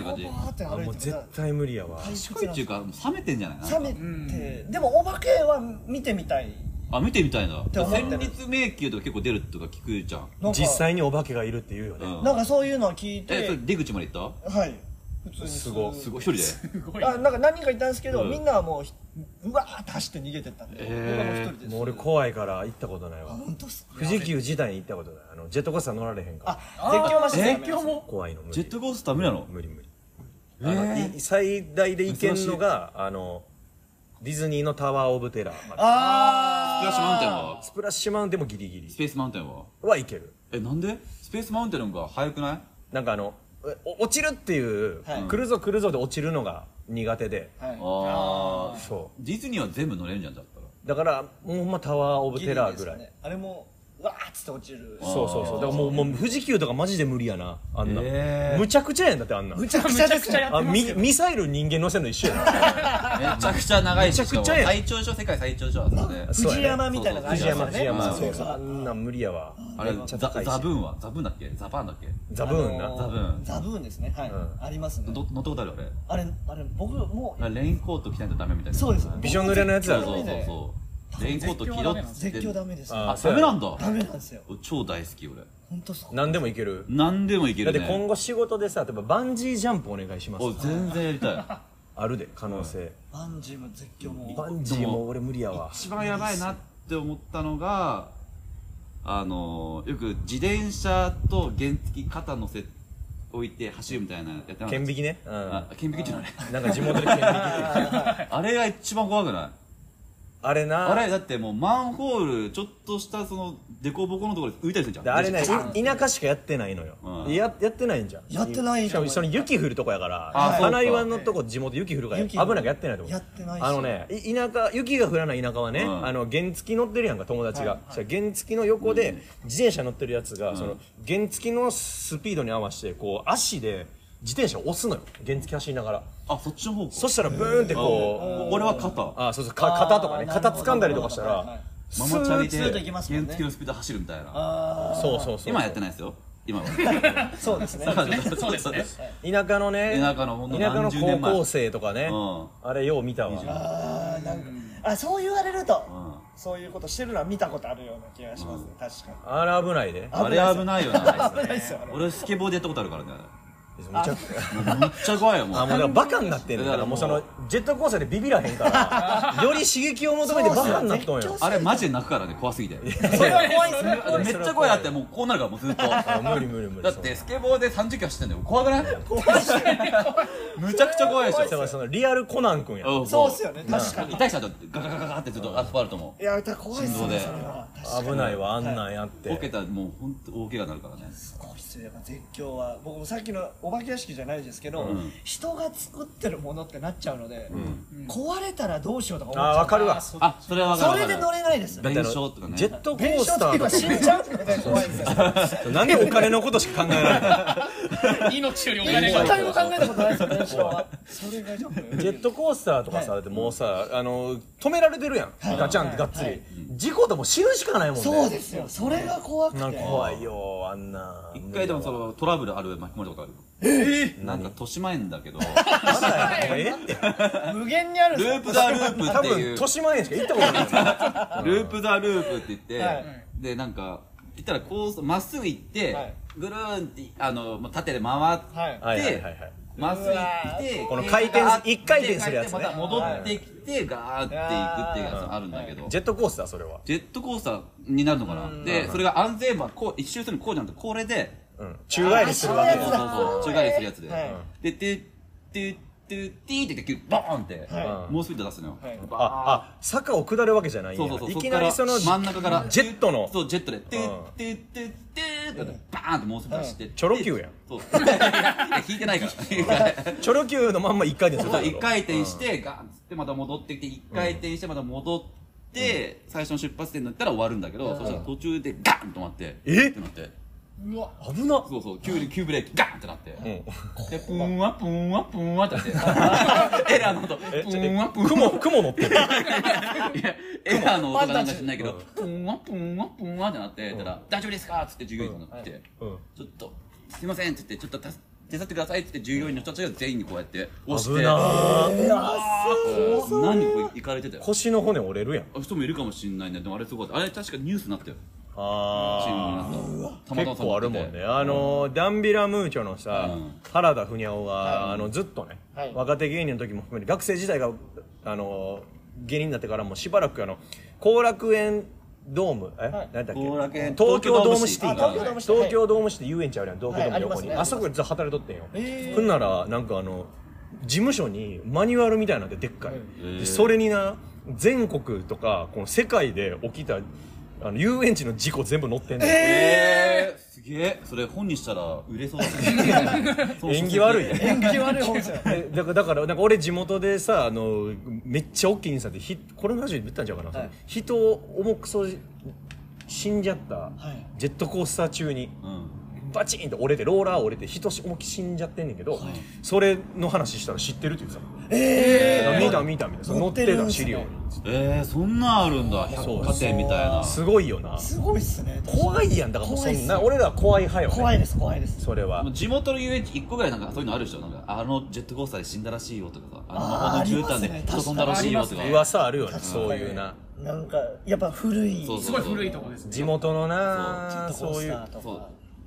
[SPEAKER 3] わーってな
[SPEAKER 1] 僕が
[SPEAKER 3] ってる
[SPEAKER 1] こ
[SPEAKER 3] 感じ
[SPEAKER 1] うバーって
[SPEAKER 2] あも
[SPEAKER 1] 歩
[SPEAKER 2] う
[SPEAKER 1] いて
[SPEAKER 2] 絶
[SPEAKER 1] た
[SPEAKER 2] 対無理やわ
[SPEAKER 3] 賢いっていうかもう冷めてんじゃない
[SPEAKER 1] 冷めて、でもお化けは見てみたい
[SPEAKER 3] あ見てみたいな
[SPEAKER 1] て思ってる
[SPEAKER 3] 戦慄迷宮とか結構出るとか聞くじゃん
[SPEAKER 1] なんか
[SPEAKER 2] 実際にお化けがいるって言うよね、
[SPEAKER 3] うん
[SPEAKER 1] なんかそういうのを聞い
[SPEAKER 3] えそれ
[SPEAKER 1] て
[SPEAKER 3] 出口まで行っ
[SPEAKER 1] はい普通に
[SPEAKER 2] すご
[SPEAKER 3] たすごい一人です
[SPEAKER 4] ごいな
[SPEAKER 1] あなんか何人かいたんですけど、
[SPEAKER 3] うん
[SPEAKER 1] みんなはもうひうわーって走って逃げてったんで、
[SPEAKER 3] えー
[SPEAKER 1] 僕はもう一人です
[SPEAKER 2] もう俺怖いから行ったことない
[SPEAKER 1] あ
[SPEAKER 2] わ
[SPEAKER 1] 本当っすか
[SPEAKER 2] 富士急自体に行ったことないあのジェットコースター乗られへんから
[SPEAKER 1] あ絶叫マシン
[SPEAKER 4] 絶叫も
[SPEAKER 2] 怖いの無理
[SPEAKER 3] ジェットコースターダメなの
[SPEAKER 2] 無理無理、あ
[SPEAKER 3] え
[SPEAKER 2] のい最大で行けんのがあのディズニーのタワー・オブ・テラーまで
[SPEAKER 1] あ
[SPEAKER 3] スプ
[SPEAKER 1] ー
[SPEAKER 3] ラッシュマウンテンは
[SPEAKER 2] スプラッシュマウンテンもギリギ
[SPEAKER 3] ス
[SPEAKER 2] リ
[SPEAKER 3] ペースマウンテンは
[SPEAKER 2] はいける
[SPEAKER 3] えなんでスペースマウンテンの方が早くない
[SPEAKER 2] なんかあのお落ちるっていう、
[SPEAKER 1] はい
[SPEAKER 2] 来るぞ来るぞで落ちるのが苦手で、
[SPEAKER 1] はい
[SPEAKER 3] ああ
[SPEAKER 2] そ
[SPEAKER 3] ディズニーは全部乗れるんじゃんだったら
[SPEAKER 2] うだからもうほんまタワー・オブ・テラーぐらい、
[SPEAKER 1] ギリギリですよねあれもうわーっつって落ちる
[SPEAKER 2] そうそうそうだからもうもう富士急とかマジで無理やなあんな、
[SPEAKER 3] え
[SPEAKER 2] むちゃくちゃやんだってあんな
[SPEAKER 1] むちゃく
[SPEAKER 4] む
[SPEAKER 1] ち
[SPEAKER 4] ち
[SPEAKER 1] ゃ
[SPEAKER 4] ゃ
[SPEAKER 1] で
[SPEAKER 4] く
[SPEAKER 1] す
[SPEAKER 4] ち
[SPEAKER 1] ね
[SPEAKER 4] ゃや
[SPEAKER 2] あ
[SPEAKER 4] ってま
[SPEAKER 2] ミ
[SPEAKER 4] すよ
[SPEAKER 2] ミサイル人間乗せんの一緒やな
[SPEAKER 3] めちゃくちゃ長いし
[SPEAKER 2] めちゃくちゃやん
[SPEAKER 3] しかも最長所世界最長所だね
[SPEAKER 2] そうやね
[SPEAKER 1] 藤山みたいなのがあり
[SPEAKER 2] 藤山
[SPEAKER 1] ます
[SPEAKER 2] 藤
[SPEAKER 1] よね
[SPEAKER 2] 山
[SPEAKER 3] あ
[SPEAKER 2] そ
[SPEAKER 1] そううそう
[SPEAKER 2] そうあんなん無理やわ
[SPEAKER 3] あれ
[SPEAKER 2] めっちゃ
[SPEAKER 3] ザ
[SPEAKER 2] 高いし
[SPEAKER 3] ザブーンはザブーンだっけザバーンだっけ
[SPEAKER 2] ザブーンな、
[SPEAKER 1] あの
[SPEAKER 3] ザブーン
[SPEAKER 1] ザブーンですねはい、
[SPEAKER 2] うん
[SPEAKER 1] ありますね
[SPEAKER 3] ど乗ったことあるあれ
[SPEAKER 1] あれあれ僕もう
[SPEAKER 3] あれレインコート着ないとダメみたいな
[SPEAKER 1] そうです
[SPEAKER 2] びしょ濡れのやつだ
[SPEAKER 3] そ
[SPEAKER 2] ぞ
[SPEAKER 3] うそうそうそうレインコート着ろっつって
[SPEAKER 1] 絶叫ダメです
[SPEAKER 2] あ
[SPEAKER 3] あダメなん
[SPEAKER 1] ダ
[SPEAKER 3] だ
[SPEAKER 1] メなんですよ
[SPEAKER 3] 超大好き俺
[SPEAKER 1] 本当そう
[SPEAKER 2] 何でもいける
[SPEAKER 3] 何でもいけ
[SPEAKER 2] だっ
[SPEAKER 3] る
[SPEAKER 2] て
[SPEAKER 3] ね
[SPEAKER 2] 今後仕事でさ例えばバンジージャンプお願いします
[SPEAKER 3] お全然やりた
[SPEAKER 2] あるで可能性、
[SPEAKER 1] バンジーも絶叫
[SPEAKER 2] バ
[SPEAKER 1] も
[SPEAKER 2] ンジーも俺無理やわ
[SPEAKER 3] い一番やばいなって思ったのがあのよく自転車と原付肩乗せ置いて走るみたいなのやってなかった
[SPEAKER 2] 顕微鏡ね、うん、
[SPEAKER 3] あ顕微鏡じゃない
[SPEAKER 2] なんか地元で顕微鏡
[SPEAKER 3] あれが一番怖くない
[SPEAKER 2] あれな
[SPEAKER 3] あれだってもうマンホールちょっとしたその凸凹のところで浮いたりするじゃん
[SPEAKER 2] であれね
[SPEAKER 3] で
[SPEAKER 2] い田舎しかやってないのよ、
[SPEAKER 3] うん
[SPEAKER 2] ややってないんじゃん
[SPEAKER 1] やってない
[SPEAKER 2] しかもその雪降るとこやから
[SPEAKER 3] あそうか
[SPEAKER 2] 花岩のとこ地元雪降るから危
[SPEAKER 1] 雪
[SPEAKER 2] なくやってないとこ
[SPEAKER 1] やってないし
[SPEAKER 2] あのねい田舎雪が降らない田舎はね、
[SPEAKER 3] うん
[SPEAKER 2] あの原付乗ってるやんか友達が、そしたら原付の横で自転車乗ってるやつが、その原付のスピードに合わせてこう足で自転車を押すのよ原付走りながら
[SPEAKER 3] あそっちの方か
[SPEAKER 2] そしたらブーンってこう
[SPEAKER 3] お俺は肩
[SPEAKER 2] あそうそうか
[SPEAKER 1] あー
[SPEAKER 2] 肩とかね
[SPEAKER 1] なるほど
[SPEAKER 2] 肩掴んだりとかしたら、
[SPEAKER 1] はいはい
[SPEAKER 2] ス
[SPEAKER 3] ママチャリで
[SPEAKER 1] スーッと行きますも
[SPEAKER 3] 原
[SPEAKER 1] んね
[SPEAKER 3] 付のスピード走るみたいな
[SPEAKER 1] あ
[SPEAKER 2] そうそうそう
[SPEAKER 3] 今やってないですよ今は
[SPEAKER 1] あ そうです ね
[SPEAKER 4] そうですね
[SPEAKER 2] 田舎のね
[SPEAKER 3] 田舎のほんと
[SPEAKER 2] 田舎の
[SPEAKER 3] 何十年前
[SPEAKER 2] 高校生とかね、
[SPEAKER 3] うん
[SPEAKER 2] あれよう見たわ
[SPEAKER 1] あーなんかあそう言われると、
[SPEAKER 3] うん
[SPEAKER 1] そういうことしてるのは見たことあるような気がしますね、確かに
[SPEAKER 2] あれ危ないで
[SPEAKER 3] あれ危ないよ な
[SPEAKER 1] 危ないっすよあれ
[SPEAKER 3] 俺スケボーでやったことあるからね
[SPEAKER 2] めちゃくちゃ
[SPEAKER 3] めっちゃ怖いよも
[SPEAKER 2] あ
[SPEAKER 3] う
[SPEAKER 2] もうだからバカになってんねんだからもうそのジェットコースターでビビらへんからより刺激を求めてバカになっとんよ
[SPEAKER 1] そ
[SPEAKER 3] あれマジで泣くからね怖すぎてめっ
[SPEAKER 1] それは怖いですね
[SPEAKER 3] ちゃ怖いだってもうこうなるからもうずっと
[SPEAKER 2] あ無理無理無理
[SPEAKER 3] だってスケボーで30キロ走ってんだよ怖くない怖いむちゃくちゃ怖いでし
[SPEAKER 2] そ
[SPEAKER 3] ょ
[SPEAKER 2] のそのリアルコナン君や
[SPEAKER 3] ん
[SPEAKER 1] そうっすよね確かに
[SPEAKER 3] 痛い人だってガガガガガってちょっとアスファルトも
[SPEAKER 1] いや歌怖いっす
[SPEAKER 3] 振動
[SPEAKER 1] ね
[SPEAKER 3] で
[SPEAKER 1] それは確かに
[SPEAKER 2] 危ないわあんなんやって、
[SPEAKER 3] ボケたらもう本当大怪我になるからね
[SPEAKER 1] すごいっすよやっぱ絶叫は僕もさっきのお化け屋敷じゃないですけど、
[SPEAKER 3] ん
[SPEAKER 1] 人が作ってるものってなっちゃうので、壊れたらどうしようとか思っ
[SPEAKER 2] あ
[SPEAKER 1] ちゃ
[SPEAKER 2] わ
[SPEAKER 1] う
[SPEAKER 2] かるわ
[SPEAKER 4] そ
[SPEAKER 3] あそれは分か
[SPEAKER 1] そ
[SPEAKER 3] る
[SPEAKER 1] れで乗れないです
[SPEAKER 3] 弁償とかね
[SPEAKER 2] ジェットコー
[SPEAKER 1] 弁償
[SPEAKER 2] ス
[SPEAKER 1] と
[SPEAKER 2] タ
[SPEAKER 1] いう
[SPEAKER 2] ー
[SPEAKER 1] か死ん
[SPEAKER 2] と
[SPEAKER 1] じゃうってことが怖いんですよ
[SPEAKER 2] かなんでお金のことしか考えられない
[SPEAKER 4] 命よりお金
[SPEAKER 1] 一
[SPEAKER 4] が
[SPEAKER 1] 回も考えたことないですよ弁償はそれがちょっと
[SPEAKER 2] ジェットコースターとかさ、
[SPEAKER 1] は
[SPEAKER 2] だってもうさあの止められてるやん、ガチャンってがっつり、
[SPEAKER 1] はい
[SPEAKER 2] 事故でも死ぬしかないもんね
[SPEAKER 1] そうですよそれが怖くて
[SPEAKER 2] なんか怖いよあんな
[SPEAKER 3] 一回でもそのトラブルある巻き込まれたことあるなんか豊島園だけど
[SPEAKER 2] なんだよもうええって
[SPEAKER 1] 無限にあるん
[SPEAKER 3] ル
[SPEAKER 1] ですよ
[SPEAKER 3] ープザループ
[SPEAKER 2] 多
[SPEAKER 3] って
[SPEAKER 2] 分
[SPEAKER 3] いう
[SPEAKER 2] 豊島園しか行ったことない
[SPEAKER 3] ループザループって言って、
[SPEAKER 1] はい
[SPEAKER 3] でなんか言ったらこうまっすぐ行って、
[SPEAKER 1] はい
[SPEAKER 3] ぐるーんってあのまあ縦で回って、
[SPEAKER 1] はい
[SPEAKER 2] はいはいはいはい
[SPEAKER 3] まっすぐ行って
[SPEAKER 1] うわー
[SPEAKER 2] この回転
[SPEAKER 3] ガーって
[SPEAKER 2] 一回転するやつね
[SPEAKER 3] また戻ってきて、ガーって行くっていうやつあるんだけど、
[SPEAKER 2] ジェットコースターそれは
[SPEAKER 3] ジェットコースターになるのかなで、それが安全バー、こう、一周するのこうじゃなくて、これで、
[SPEAKER 2] うん宙返りするわけ
[SPEAKER 1] あ
[SPEAKER 3] そう
[SPEAKER 1] ー
[SPEAKER 3] そう
[SPEAKER 1] やつだ
[SPEAKER 3] そう、宙返りするやつで。
[SPEAKER 1] はい
[SPEAKER 3] で、ててててーって言って、ボーンって、
[SPEAKER 1] は
[SPEAKER 3] 猛スピード出すのよ。
[SPEAKER 1] はい
[SPEAKER 3] バーン
[SPEAKER 2] ああ坂を下るわけじゃないんや
[SPEAKER 3] そうそうそう。
[SPEAKER 2] いきなりその
[SPEAKER 3] っから真ん中から、
[SPEAKER 2] ジェットの
[SPEAKER 3] そう、ジェットで、ててててーって、バーンって猛スピード出して。
[SPEAKER 2] チョロ Q やん
[SPEAKER 3] そう。いやいや引いてないから。
[SPEAKER 2] チョロ Q のまんま一回転するって
[SPEAKER 3] そう
[SPEAKER 2] こと
[SPEAKER 3] 一回転して、ガンってまた戻ってきて、一回転してまた戻って、最初の出発点になったら終わるんだけど、そしたら途中でガンと止まって、
[SPEAKER 2] え
[SPEAKER 3] ってなって。
[SPEAKER 1] うわ
[SPEAKER 2] 危な
[SPEAKER 3] そうそう、急に急ブレーキガンってなって。
[SPEAKER 2] うん
[SPEAKER 3] で、プーンワプーンワプーンワってなって。エラーの音。プ
[SPEAKER 2] えちょっ
[SPEAKER 3] ーンワ
[SPEAKER 2] と
[SPEAKER 3] プーン
[SPEAKER 2] 雲
[SPEAKER 3] ワ。
[SPEAKER 2] 雲乗って る
[SPEAKER 3] いや、エラーの音がなんか知んないけど、プーンワプーンワプーンワってなって、たら、大丈夫ですかっつって従業員になって、
[SPEAKER 2] うん
[SPEAKER 3] ちょっと、すいませんっつって、ちょっとた手伝ってくださいっつって従業員の人たちが全員にこうやって押して、
[SPEAKER 2] 危なー
[SPEAKER 3] 何人も行かれてたよ。
[SPEAKER 2] 腰の骨折れるやん
[SPEAKER 3] あ人もいるかもしれないねでもあれすごかったあれ確かニュースになったよチーム
[SPEAKER 2] あ
[SPEAKER 3] になっ
[SPEAKER 2] ー
[SPEAKER 3] たたまたま
[SPEAKER 2] 結構あるも
[SPEAKER 3] 撮っ
[SPEAKER 2] ん
[SPEAKER 3] て
[SPEAKER 2] ね
[SPEAKER 3] て
[SPEAKER 2] あのダンビラムーチョのさ
[SPEAKER 3] うん
[SPEAKER 2] 原田ふにゃおがあのずっとね
[SPEAKER 1] はい
[SPEAKER 2] 若手芸人の時も含めて学生時代があの芸人になってからもしばらくあの後楽園ドームえ
[SPEAKER 1] はい
[SPEAKER 2] 何だっけ
[SPEAKER 3] 後楽園
[SPEAKER 2] 東京ドームシティ
[SPEAKER 1] あ東京ドームシティ
[SPEAKER 2] 東京ドームシティ遊園地あるやん東京ドームの
[SPEAKER 1] はいありま
[SPEAKER 2] 横
[SPEAKER 1] す
[SPEAKER 2] に
[SPEAKER 1] ね
[SPEAKER 2] あそこで実は働いとってんよ
[SPEAKER 1] へー
[SPEAKER 2] ほんならなんかあの事務所にマニュアルみたいなんででっかいでそれにな全国とかこの世界で起きたあの遊園地の事故全部載ってんの
[SPEAKER 3] えー、すげえそれ本にしたら 売れそうだねそう
[SPEAKER 2] 縁起悪い
[SPEAKER 3] そう
[SPEAKER 2] ね
[SPEAKER 1] 縁起悪い本じゃん
[SPEAKER 2] えだからだからなんか俺地元でさあのめっちゃ大きいインスタでひこれの話で言ったんちゃうかな、
[SPEAKER 1] はい
[SPEAKER 2] 人を重くそ死んじゃった、
[SPEAKER 1] い
[SPEAKER 2] ジェットコースター中に
[SPEAKER 3] そううん
[SPEAKER 2] バチンと折れてローラー折れて人重き死んじゃってんねんけど、
[SPEAKER 3] い
[SPEAKER 2] それの話したら知ってるって言ってた
[SPEAKER 1] え
[SPEAKER 2] の、見た見たみたいなその乗
[SPEAKER 1] 乗
[SPEAKER 2] っ
[SPEAKER 1] ってて
[SPEAKER 2] た
[SPEAKER 1] るんす
[SPEAKER 2] 資
[SPEAKER 1] ね
[SPEAKER 2] 料に
[SPEAKER 3] えー、そんなんあるんだ
[SPEAKER 2] そう
[SPEAKER 3] 百貨店みたいな
[SPEAKER 2] すごいよな
[SPEAKER 1] ーすごいっすね
[SPEAKER 2] 怖いやんだからもうそ
[SPEAKER 1] 怖いっ
[SPEAKER 2] ん
[SPEAKER 1] す
[SPEAKER 2] な俺らは怖い派よ、ね、
[SPEAKER 1] 怖いです怖いです
[SPEAKER 2] それは
[SPEAKER 3] 地元の遊園地一個ぐらいなんかそういうのあるでしょなんかあのジェットコースターで死んだらしいよとかさあ
[SPEAKER 1] あー
[SPEAKER 3] の魔法の絨毯
[SPEAKER 1] あ
[SPEAKER 3] で
[SPEAKER 1] りますね
[SPEAKER 3] 人飛んだらしいよとか
[SPEAKER 4] 確
[SPEAKER 2] 噂あるよね
[SPEAKER 1] 確かに
[SPEAKER 2] そういうな
[SPEAKER 1] なんかやっぱ古い
[SPEAKER 3] そう
[SPEAKER 4] すごい古いとこで す
[SPEAKER 2] 地元のな
[SPEAKER 1] ジェットコ
[SPEAKER 2] そう
[SPEAKER 1] ース
[SPEAKER 2] い
[SPEAKER 1] タ
[SPEAKER 2] う
[SPEAKER 1] ーとか
[SPEAKER 3] そう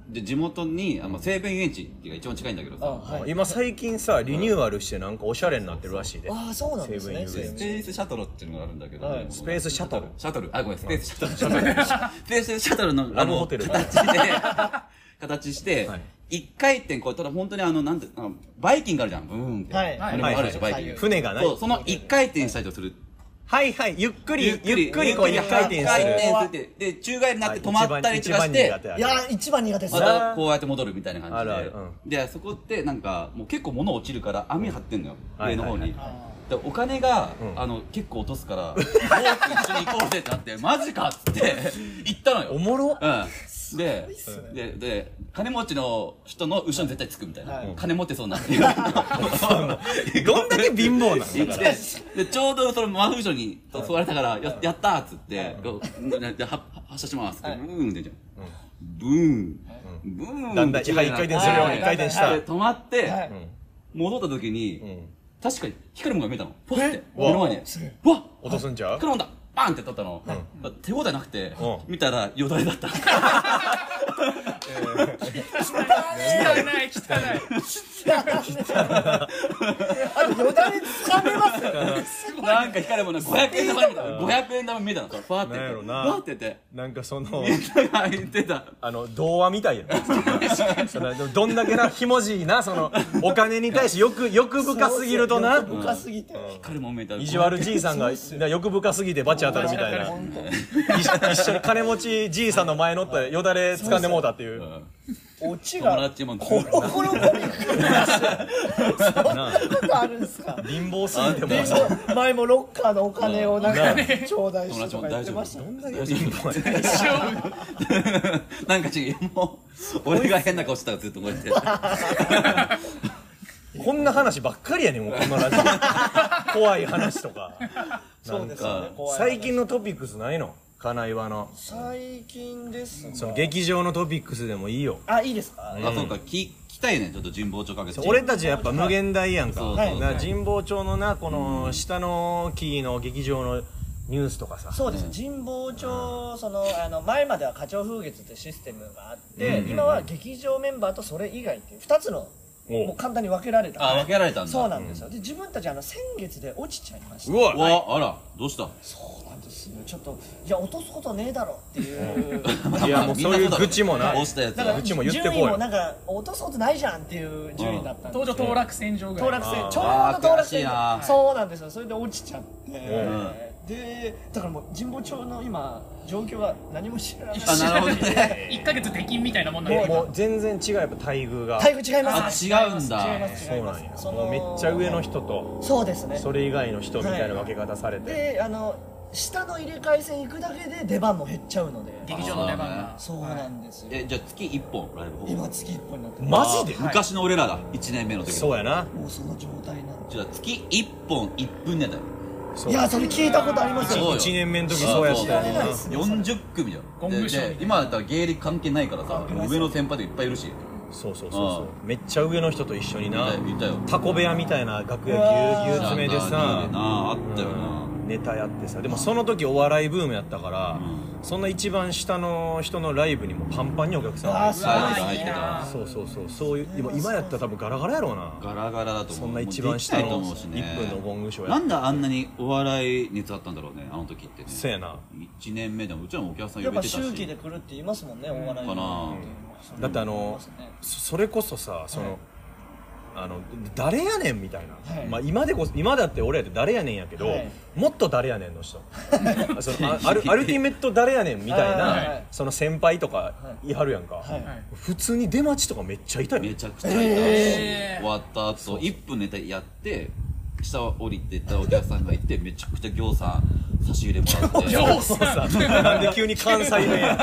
[SPEAKER 3] で地元にあ、まあ、西武園遊園地っていうのが一番近いんだけど
[SPEAKER 1] あ
[SPEAKER 3] さ
[SPEAKER 1] はい
[SPEAKER 2] 今最近さリニューアルしてなんかおしゃれになってるらしいで
[SPEAKER 1] ああそうなんですね
[SPEAKER 2] 西武園遊園
[SPEAKER 3] ス
[SPEAKER 2] 地
[SPEAKER 3] ペースシャトルっていうのがあるんだけど、
[SPEAKER 1] はい
[SPEAKER 3] も
[SPEAKER 2] スペースシャトル
[SPEAKER 3] シャトルあごめんスペースシャトルシャトルスペースシャトルの
[SPEAKER 2] ラ
[SPEAKER 3] あ
[SPEAKER 2] ブ
[SPEAKER 3] の
[SPEAKER 2] ホテル
[SPEAKER 3] 形で 形して、
[SPEAKER 2] はい
[SPEAKER 3] 一回転こうただ本当にあのなんてあのバイキングあるじゃんブーンって、
[SPEAKER 1] はい
[SPEAKER 3] あれもあるでしょ、
[SPEAKER 1] はい
[SPEAKER 3] バイキング、
[SPEAKER 2] 船がない
[SPEAKER 3] そうその一回転したりとする
[SPEAKER 2] はいはいゆっくりゆっくりこう一回転
[SPEAKER 3] 一
[SPEAKER 2] す
[SPEAKER 3] 回
[SPEAKER 2] る
[SPEAKER 3] 転するってで宙返りになって止まったりとか
[SPEAKER 2] はい一
[SPEAKER 3] し
[SPEAKER 2] 番
[SPEAKER 3] て、
[SPEAKER 2] 一番苦手あれ
[SPEAKER 1] いやー一番苦手です
[SPEAKER 3] またこうやって戻るみたいな感じで
[SPEAKER 2] あるある
[SPEAKER 3] でそこってなんかもう結構物落ちるから網張ってんのよ、
[SPEAKER 2] はい
[SPEAKER 3] 上の方に、
[SPEAKER 2] はい
[SPEAKER 3] でお金が、
[SPEAKER 2] ん
[SPEAKER 3] あの結構落とすから僕一緒に行こうぜってなってマジか っつって行ったのよ
[SPEAKER 2] おもろ
[SPEAKER 3] うん、でで
[SPEAKER 1] ね
[SPEAKER 3] で金持ちの人の後ろに絶対つくみたいな、
[SPEAKER 1] はい
[SPEAKER 3] 金持っ てそうなっていうど
[SPEAKER 2] どんだけ貧乏なの
[SPEAKER 3] 行ってでちょうどその真後ろに座れたから「ややった!」っつって「こうででは発射します」って、ブーンってじゃんブーンブーン
[SPEAKER 2] だんだんはい一回転するよう
[SPEAKER 3] は
[SPEAKER 2] に
[SPEAKER 3] い
[SPEAKER 2] 一回転し
[SPEAKER 3] は
[SPEAKER 2] た
[SPEAKER 3] いで止まって、
[SPEAKER 1] はい
[SPEAKER 3] 戻った時に、
[SPEAKER 2] ん
[SPEAKER 3] 確かに光るものが見えたのポッて
[SPEAKER 2] うわ
[SPEAKER 3] 目の前に
[SPEAKER 1] すげえ
[SPEAKER 3] うわ
[SPEAKER 2] 落とすんちゃう
[SPEAKER 3] 光るもんだバンって当たったの、手応えなくて、
[SPEAKER 2] う
[SPEAKER 3] 見たらよだれだった
[SPEAKER 4] 汚い汚い
[SPEAKER 1] あれよだれつかめます よ
[SPEAKER 3] なんか光るもの500円玉みたいな500円玉見えたのさパーって
[SPEAKER 2] なんやろな
[SPEAKER 3] パーってって
[SPEAKER 2] なんかその
[SPEAKER 3] 手が開いてた
[SPEAKER 2] あの童話みたいやなそのどんだけなひもじいなそのお金に対して欲欲深すぎるとな
[SPEAKER 1] 深すぎて
[SPEAKER 3] 光るもん見えたら
[SPEAKER 2] 意地悪じいさんがな欲深すぎてバチ当たるみたいな
[SPEAKER 1] 本当
[SPEAKER 2] 一一緒に金持ちじいさんの前乗ったらよだれ掴んでもうたっていう
[SPEAKER 1] オチ
[SPEAKER 3] 友
[SPEAKER 1] が
[SPEAKER 3] 達も
[SPEAKER 1] コロコロコミックなそんなことあるんすか
[SPEAKER 2] 貧乏すぎても
[SPEAKER 1] で
[SPEAKER 2] うさ
[SPEAKER 1] も前もロッカーのお金をなんか 頂戴
[SPEAKER 3] 友
[SPEAKER 1] して
[SPEAKER 3] 達
[SPEAKER 1] と
[SPEAKER 3] も
[SPEAKER 1] か言
[SPEAKER 3] 大
[SPEAKER 1] って
[SPEAKER 3] 丈
[SPEAKER 1] ま
[SPEAKER 3] 夫
[SPEAKER 1] したね
[SPEAKER 3] 大丈夫なんか違うもう俺が変な顔してたらずっとこうやって
[SPEAKER 2] こんな話ばっかりやねんもうこのラジ オ怖い話とか
[SPEAKER 1] そうですよね
[SPEAKER 3] なんか
[SPEAKER 1] 怖い話
[SPEAKER 2] 最近のトピックスないの金岩の
[SPEAKER 1] 最近ですね
[SPEAKER 2] その劇場のトピックスでもいいよ
[SPEAKER 1] あいいですか、
[SPEAKER 3] あ、そうか、聞きたいね、ちょっと神保町かけて。
[SPEAKER 2] 俺たちやっぱ無限大やんか
[SPEAKER 3] そう
[SPEAKER 1] そう
[SPEAKER 2] な神保町のなこの下の木の劇場のニュースとかさ
[SPEAKER 1] そうですね神保町そのあの前までは課長風月ってシステムがあって、今は劇場メンバーとそれ以外っていう2つの
[SPEAKER 2] おう
[SPEAKER 1] もう簡単に分けられた
[SPEAKER 3] あ分けられたんだ
[SPEAKER 1] そうなんですよで自分たちあの先月で落ちちゃいました
[SPEAKER 2] うわ
[SPEAKER 3] うわ、あら、どうした
[SPEAKER 1] そうなんですよちょっといや落とすことねえだろっていう
[SPEAKER 2] いやもうそういう愚痴もな
[SPEAKER 3] 押したやつ
[SPEAKER 1] だ
[SPEAKER 3] は
[SPEAKER 1] か
[SPEAKER 2] う
[SPEAKER 1] ら
[SPEAKER 2] ちも
[SPEAKER 1] 順
[SPEAKER 2] 言ってこうよ
[SPEAKER 1] 位もなんか落とすことないじゃんっていう順位だったんで
[SPEAKER 4] 登場当落戦場ぐら
[SPEAKER 1] 当
[SPEAKER 4] い
[SPEAKER 1] 落戦
[SPEAKER 2] あー
[SPEAKER 1] ちょうど当落戦
[SPEAKER 3] あー悔しいな
[SPEAKER 1] そうなんですよそれで落ちちゃって
[SPEAKER 2] ん
[SPEAKER 1] でだからもう神保町の今状況は何も知らない
[SPEAKER 3] あなるほどね。
[SPEAKER 4] 1ヶ月出禁みたいなもんなん
[SPEAKER 2] もう
[SPEAKER 4] で
[SPEAKER 2] もう全然違うやっぱ待遇が
[SPEAKER 1] 台風違います
[SPEAKER 3] あ違うんだ
[SPEAKER 1] 違います
[SPEAKER 2] そ
[SPEAKER 1] 違いうま
[SPEAKER 2] な
[SPEAKER 1] す
[SPEAKER 2] んや
[SPEAKER 1] その
[SPEAKER 2] もうめっちゃ上の人と
[SPEAKER 1] そうですね
[SPEAKER 2] それ以外の人みたいな分け方されて
[SPEAKER 1] であの下の入れ替え戦行くだけで出番も減っちゃうので
[SPEAKER 4] 劇場の出番が
[SPEAKER 1] そうなんですよ
[SPEAKER 3] え、じゃあ月一本ライブ
[SPEAKER 1] 今月一本になって
[SPEAKER 2] マジで
[SPEAKER 3] あ昔の俺らだ、1年目の時
[SPEAKER 2] そう
[SPEAKER 3] や。
[SPEAKER 2] やな
[SPEAKER 1] もうその状態なんで
[SPEAKER 3] じゃあ月1本1分ネタよ。
[SPEAKER 2] そ
[SPEAKER 1] いうやそれ聞いたことあります
[SPEAKER 3] そう
[SPEAKER 1] よ
[SPEAKER 3] よ
[SPEAKER 2] 1年目の時そうやっ
[SPEAKER 3] そう
[SPEAKER 2] た
[SPEAKER 3] そう
[SPEAKER 2] よな
[SPEAKER 1] そう
[SPEAKER 3] 40組だよ。
[SPEAKER 4] ゴン
[SPEAKER 3] で
[SPEAKER 4] グショーみたいな
[SPEAKER 3] で今だったら芸歴関係ないからさ、上の先輩でいっぱいいるし。
[SPEAKER 2] そうそうそうそうめっちゃ上の人と一緒にない
[SPEAKER 3] たよ。
[SPEAKER 2] タコ部屋みたいな楽屋ぎゅうぎゅう詰めでさ
[SPEAKER 3] なあ、ったよな。
[SPEAKER 2] ネタやってさでもその時お笑いブームやったから、そんな一番下の人のライブにもパンパンにお客さん
[SPEAKER 1] あ
[SPEAKER 2] が
[SPEAKER 1] ーすごい
[SPEAKER 3] 入ってた入ってた
[SPEAKER 2] そうそうそうそういうでも今やったら多分ガラガラやろうな
[SPEAKER 3] ガラガラだと
[SPEAKER 2] そ
[SPEAKER 3] 思う
[SPEAKER 2] んな一番下の1分のゴングショーや
[SPEAKER 3] なんであんなにお笑い熱あったんだろうねあの時ってね
[SPEAKER 2] せやな
[SPEAKER 3] 1年目でもうちらもお客さん
[SPEAKER 1] や
[SPEAKER 3] 呼べ
[SPEAKER 1] っぱ
[SPEAKER 3] てたし
[SPEAKER 1] 周期で来るって言いますもんねお笑い
[SPEAKER 3] かな
[SPEAKER 2] だってあのそそれこそさその、あの誰やねんみたいな、
[SPEAKER 1] はい
[SPEAKER 2] まあ、今でこそ今だって俺やって誰やねんやけど、
[SPEAKER 1] はい
[SPEAKER 2] もっと誰やねんの人あそのあアルアルティメット誰やねんみたいな、
[SPEAKER 1] はいはい
[SPEAKER 2] その先輩とか言いはるやんか、
[SPEAKER 1] はい
[SPEAKER 4] はい
[SPEAKER 2] 普通に出待ちとかめっちゃいたよ
[SPEAKER 3] め ちゃくちゃいたし、
[SPEAKER 4] えー
[SPEAKER 3] 終わった後1分ネタやって下降りてったお客さんがいてめちゃくちゃ行さん差し入れも らって
[SPEAKER 4] 行
[SPEAKER 2] そうさなんで急に関西弁や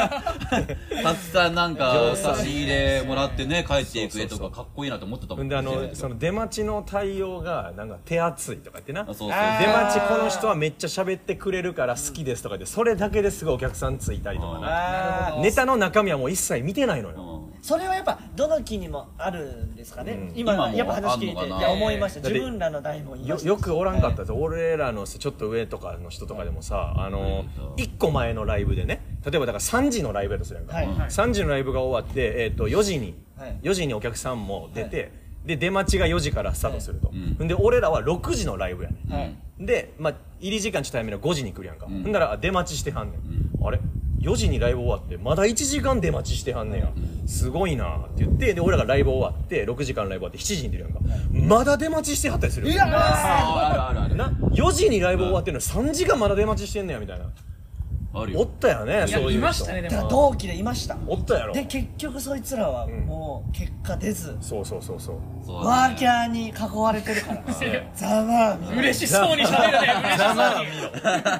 [SPEAKER 3] たくさんなんか
[SPEAKER 2] 行さん
[SPEAKER 3] 差し入れもらってね帰っていく絵
[SPEAKER 2] そ
[SPEAKER 3] と
[SPEAKER 2] うそう
[SPEAKER 3] かかっこいいなと思ってたも
[SPEAKER 2] ほ
[SPEAKER 3] ん
[SPEAKER 2] んであの
[SPEAKER 3] ね
[SPEAKER 2] その出待ちの対応がなんか手厚いとか言ってな
[SPEAKER 3] あ
[SPEAKER 2] 出
[SPEAKER 3] そうそう
[SPEAKER 1] あー
[SPEAKER 2] 待ちこの人はめっちゃ喋ってくれるから好きですとかでそれだけですごいお客さんついたりとかな
[SPEAKER 1] あー
[SPEAKER 2] ネタの中身はもう一切見てないの
[SPEAKER 3] う
[SPEAKER 2] よ
[SPEAKER 3] ん
[SPEAKER 1] それはやっぱどの期にもあるんですかね、今
[SPEAKER 3] 今も
[SPEAKER 1] やっぱ話
[SPEAKER 3] あん
[SPEAKER 1] 聞いて
[SPEAKER 3] のかない
[SPEAKER 1] や思いました
[SPEAKER 2] だっ
[SPEAKER 1] 自
[SPEAKER 2] て
[SPEAKER 1] 分らの代も言いま
[SPEAKER 2] よ
[SPEAKER 1] した
[SPEAKER 2] よくおらんかったです、俺らのちょっと上とかの人とかでもさあの1個前のライブでね例えばだから3時のライブやとするやんか、
[SPEAKER 1] はいはい
[SPEAKER 2] 3時のライブが終わって、えー、と4時に、
[SPEAKER 1] はい
[SPEAKER 2] 4時にお客さんも出て、で出待ちが4時からスタートすると、、
[SPEAKER 3] いうん
[SPEAKER 2] で俺らは6時のライブやねん
[SPEAKER 1] はい
[SPEAKER 2] で、まあ、入り時間ちょっと早めの5時に来るやんか、ほんだらあ出待ちしてはんねん、あれ4時にライブ終わってまだ1時間出待ちしてはんねんや、すごいなって言ってで俺らがライブ終わって6時間ライブ終わって7時に出るやんか、まだ出待ちしてはったりする
[SPEAKER 1] いや
[SPEAKER 3] ああるあるある
[SPEAKER 2] な4時にライブ終わってるのに3時間まだ出待ちしてんねやみたいな
[SPEAKER 3] ある
[SPEAKER 2] お
[SPEAKER 3] よ
[SPEAKER 2] ったよね
[SPEAKER 4] い
[SPEAKER 2] そういう人
[SPEAKER 4] やいましたねで
[SPEAKER 1] だから
[SPEAKER 4] も
[SPEAKER 1] 同期でいました
[SPEAKER 2] おったやろ
[SPEAKER 1] で結局そいつらはもう結果出ず、
[SPEAKER 2] そうそうそう そう
[SPEAKER 3] そう
[SPEAKER 1] ワ
[SPEAKER 3] だね
[SPEAKER 1] ーキャーに囲われてるからざまあみたいな
[SPEAKER 4] 嬉しそうに喋るね嬉しそうに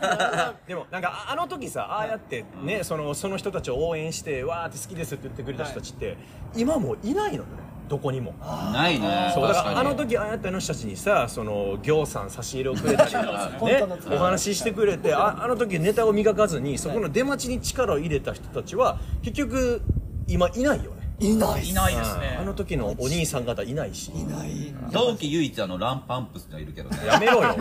[SPEAKER 2] でもなんかああの時さああやってね、そのその人たちを応援してわーって好きですって言ってくれた人たちって、今もういないのよねどこにも
[SPEAKER 3] ないね
[SPEAKER 2] そうだ
[SPEAKER 3] 確
[SPEAKER 2] か
[SPEAKER 3] からに
[SPEAKER 2] あの時ああやってあの人たちにさその行さん差し入れをくれたりと か、
[SPEAKER 1] そう
[SPEAKER 2] ね
[SPEAKER 1] 本当の、
[SPEAKER 2] お話ししてくれてああの時ネタを磨かずにそこの出待ちに力を入れた人たちは結局今いないよね
[SPEAKER 1] いないっす
[SPEAKER 4] いないですね
[SPEAKER 2] あの時のお兄さん方いないし
[SPEAKER 1] いない
[SPEAKER 3] 同期唯一あのランパンプスがいる けどね
[SPEAKER 2] やめろよ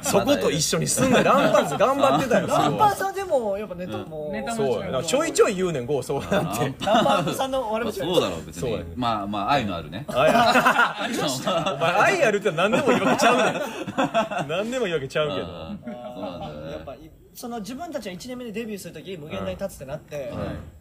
[SPEAKER 2] そこと一緒に住んでランパンズ頑張ってたよ
[SPEAKER 1] ランパーさんでもやっぱネタも、
[SPEAKER 4] ネタも
[SPEAKER 2] そうやなちょいちょい言うねんゴーそうなんて
[SPEAKER 1] ランパーさんの
[SPEAKER 3] ま
[SPEAKER 1] 俺も
[SPEAKER 3] あそうだろう別
[SPEAKER 2] そうだ
[SPEAKER 3] に
[SPEAKER 2] ね
[SPEAKER 3] まあまあ愛のあるね
[SPEAKER 2] あいや
[SPEAKER 3] 愛の ある
[SPEAKER 2] お前愛やるって何でも言い訳ちゃうねん何でも言い訳ちゃうけど
[SPEAKER 3] そうなんだよね
[SPEAKER 1] やっぱいその自分たちが1年目でデビューするとき無限大に立つってなって、
[SPEAKER 3] はい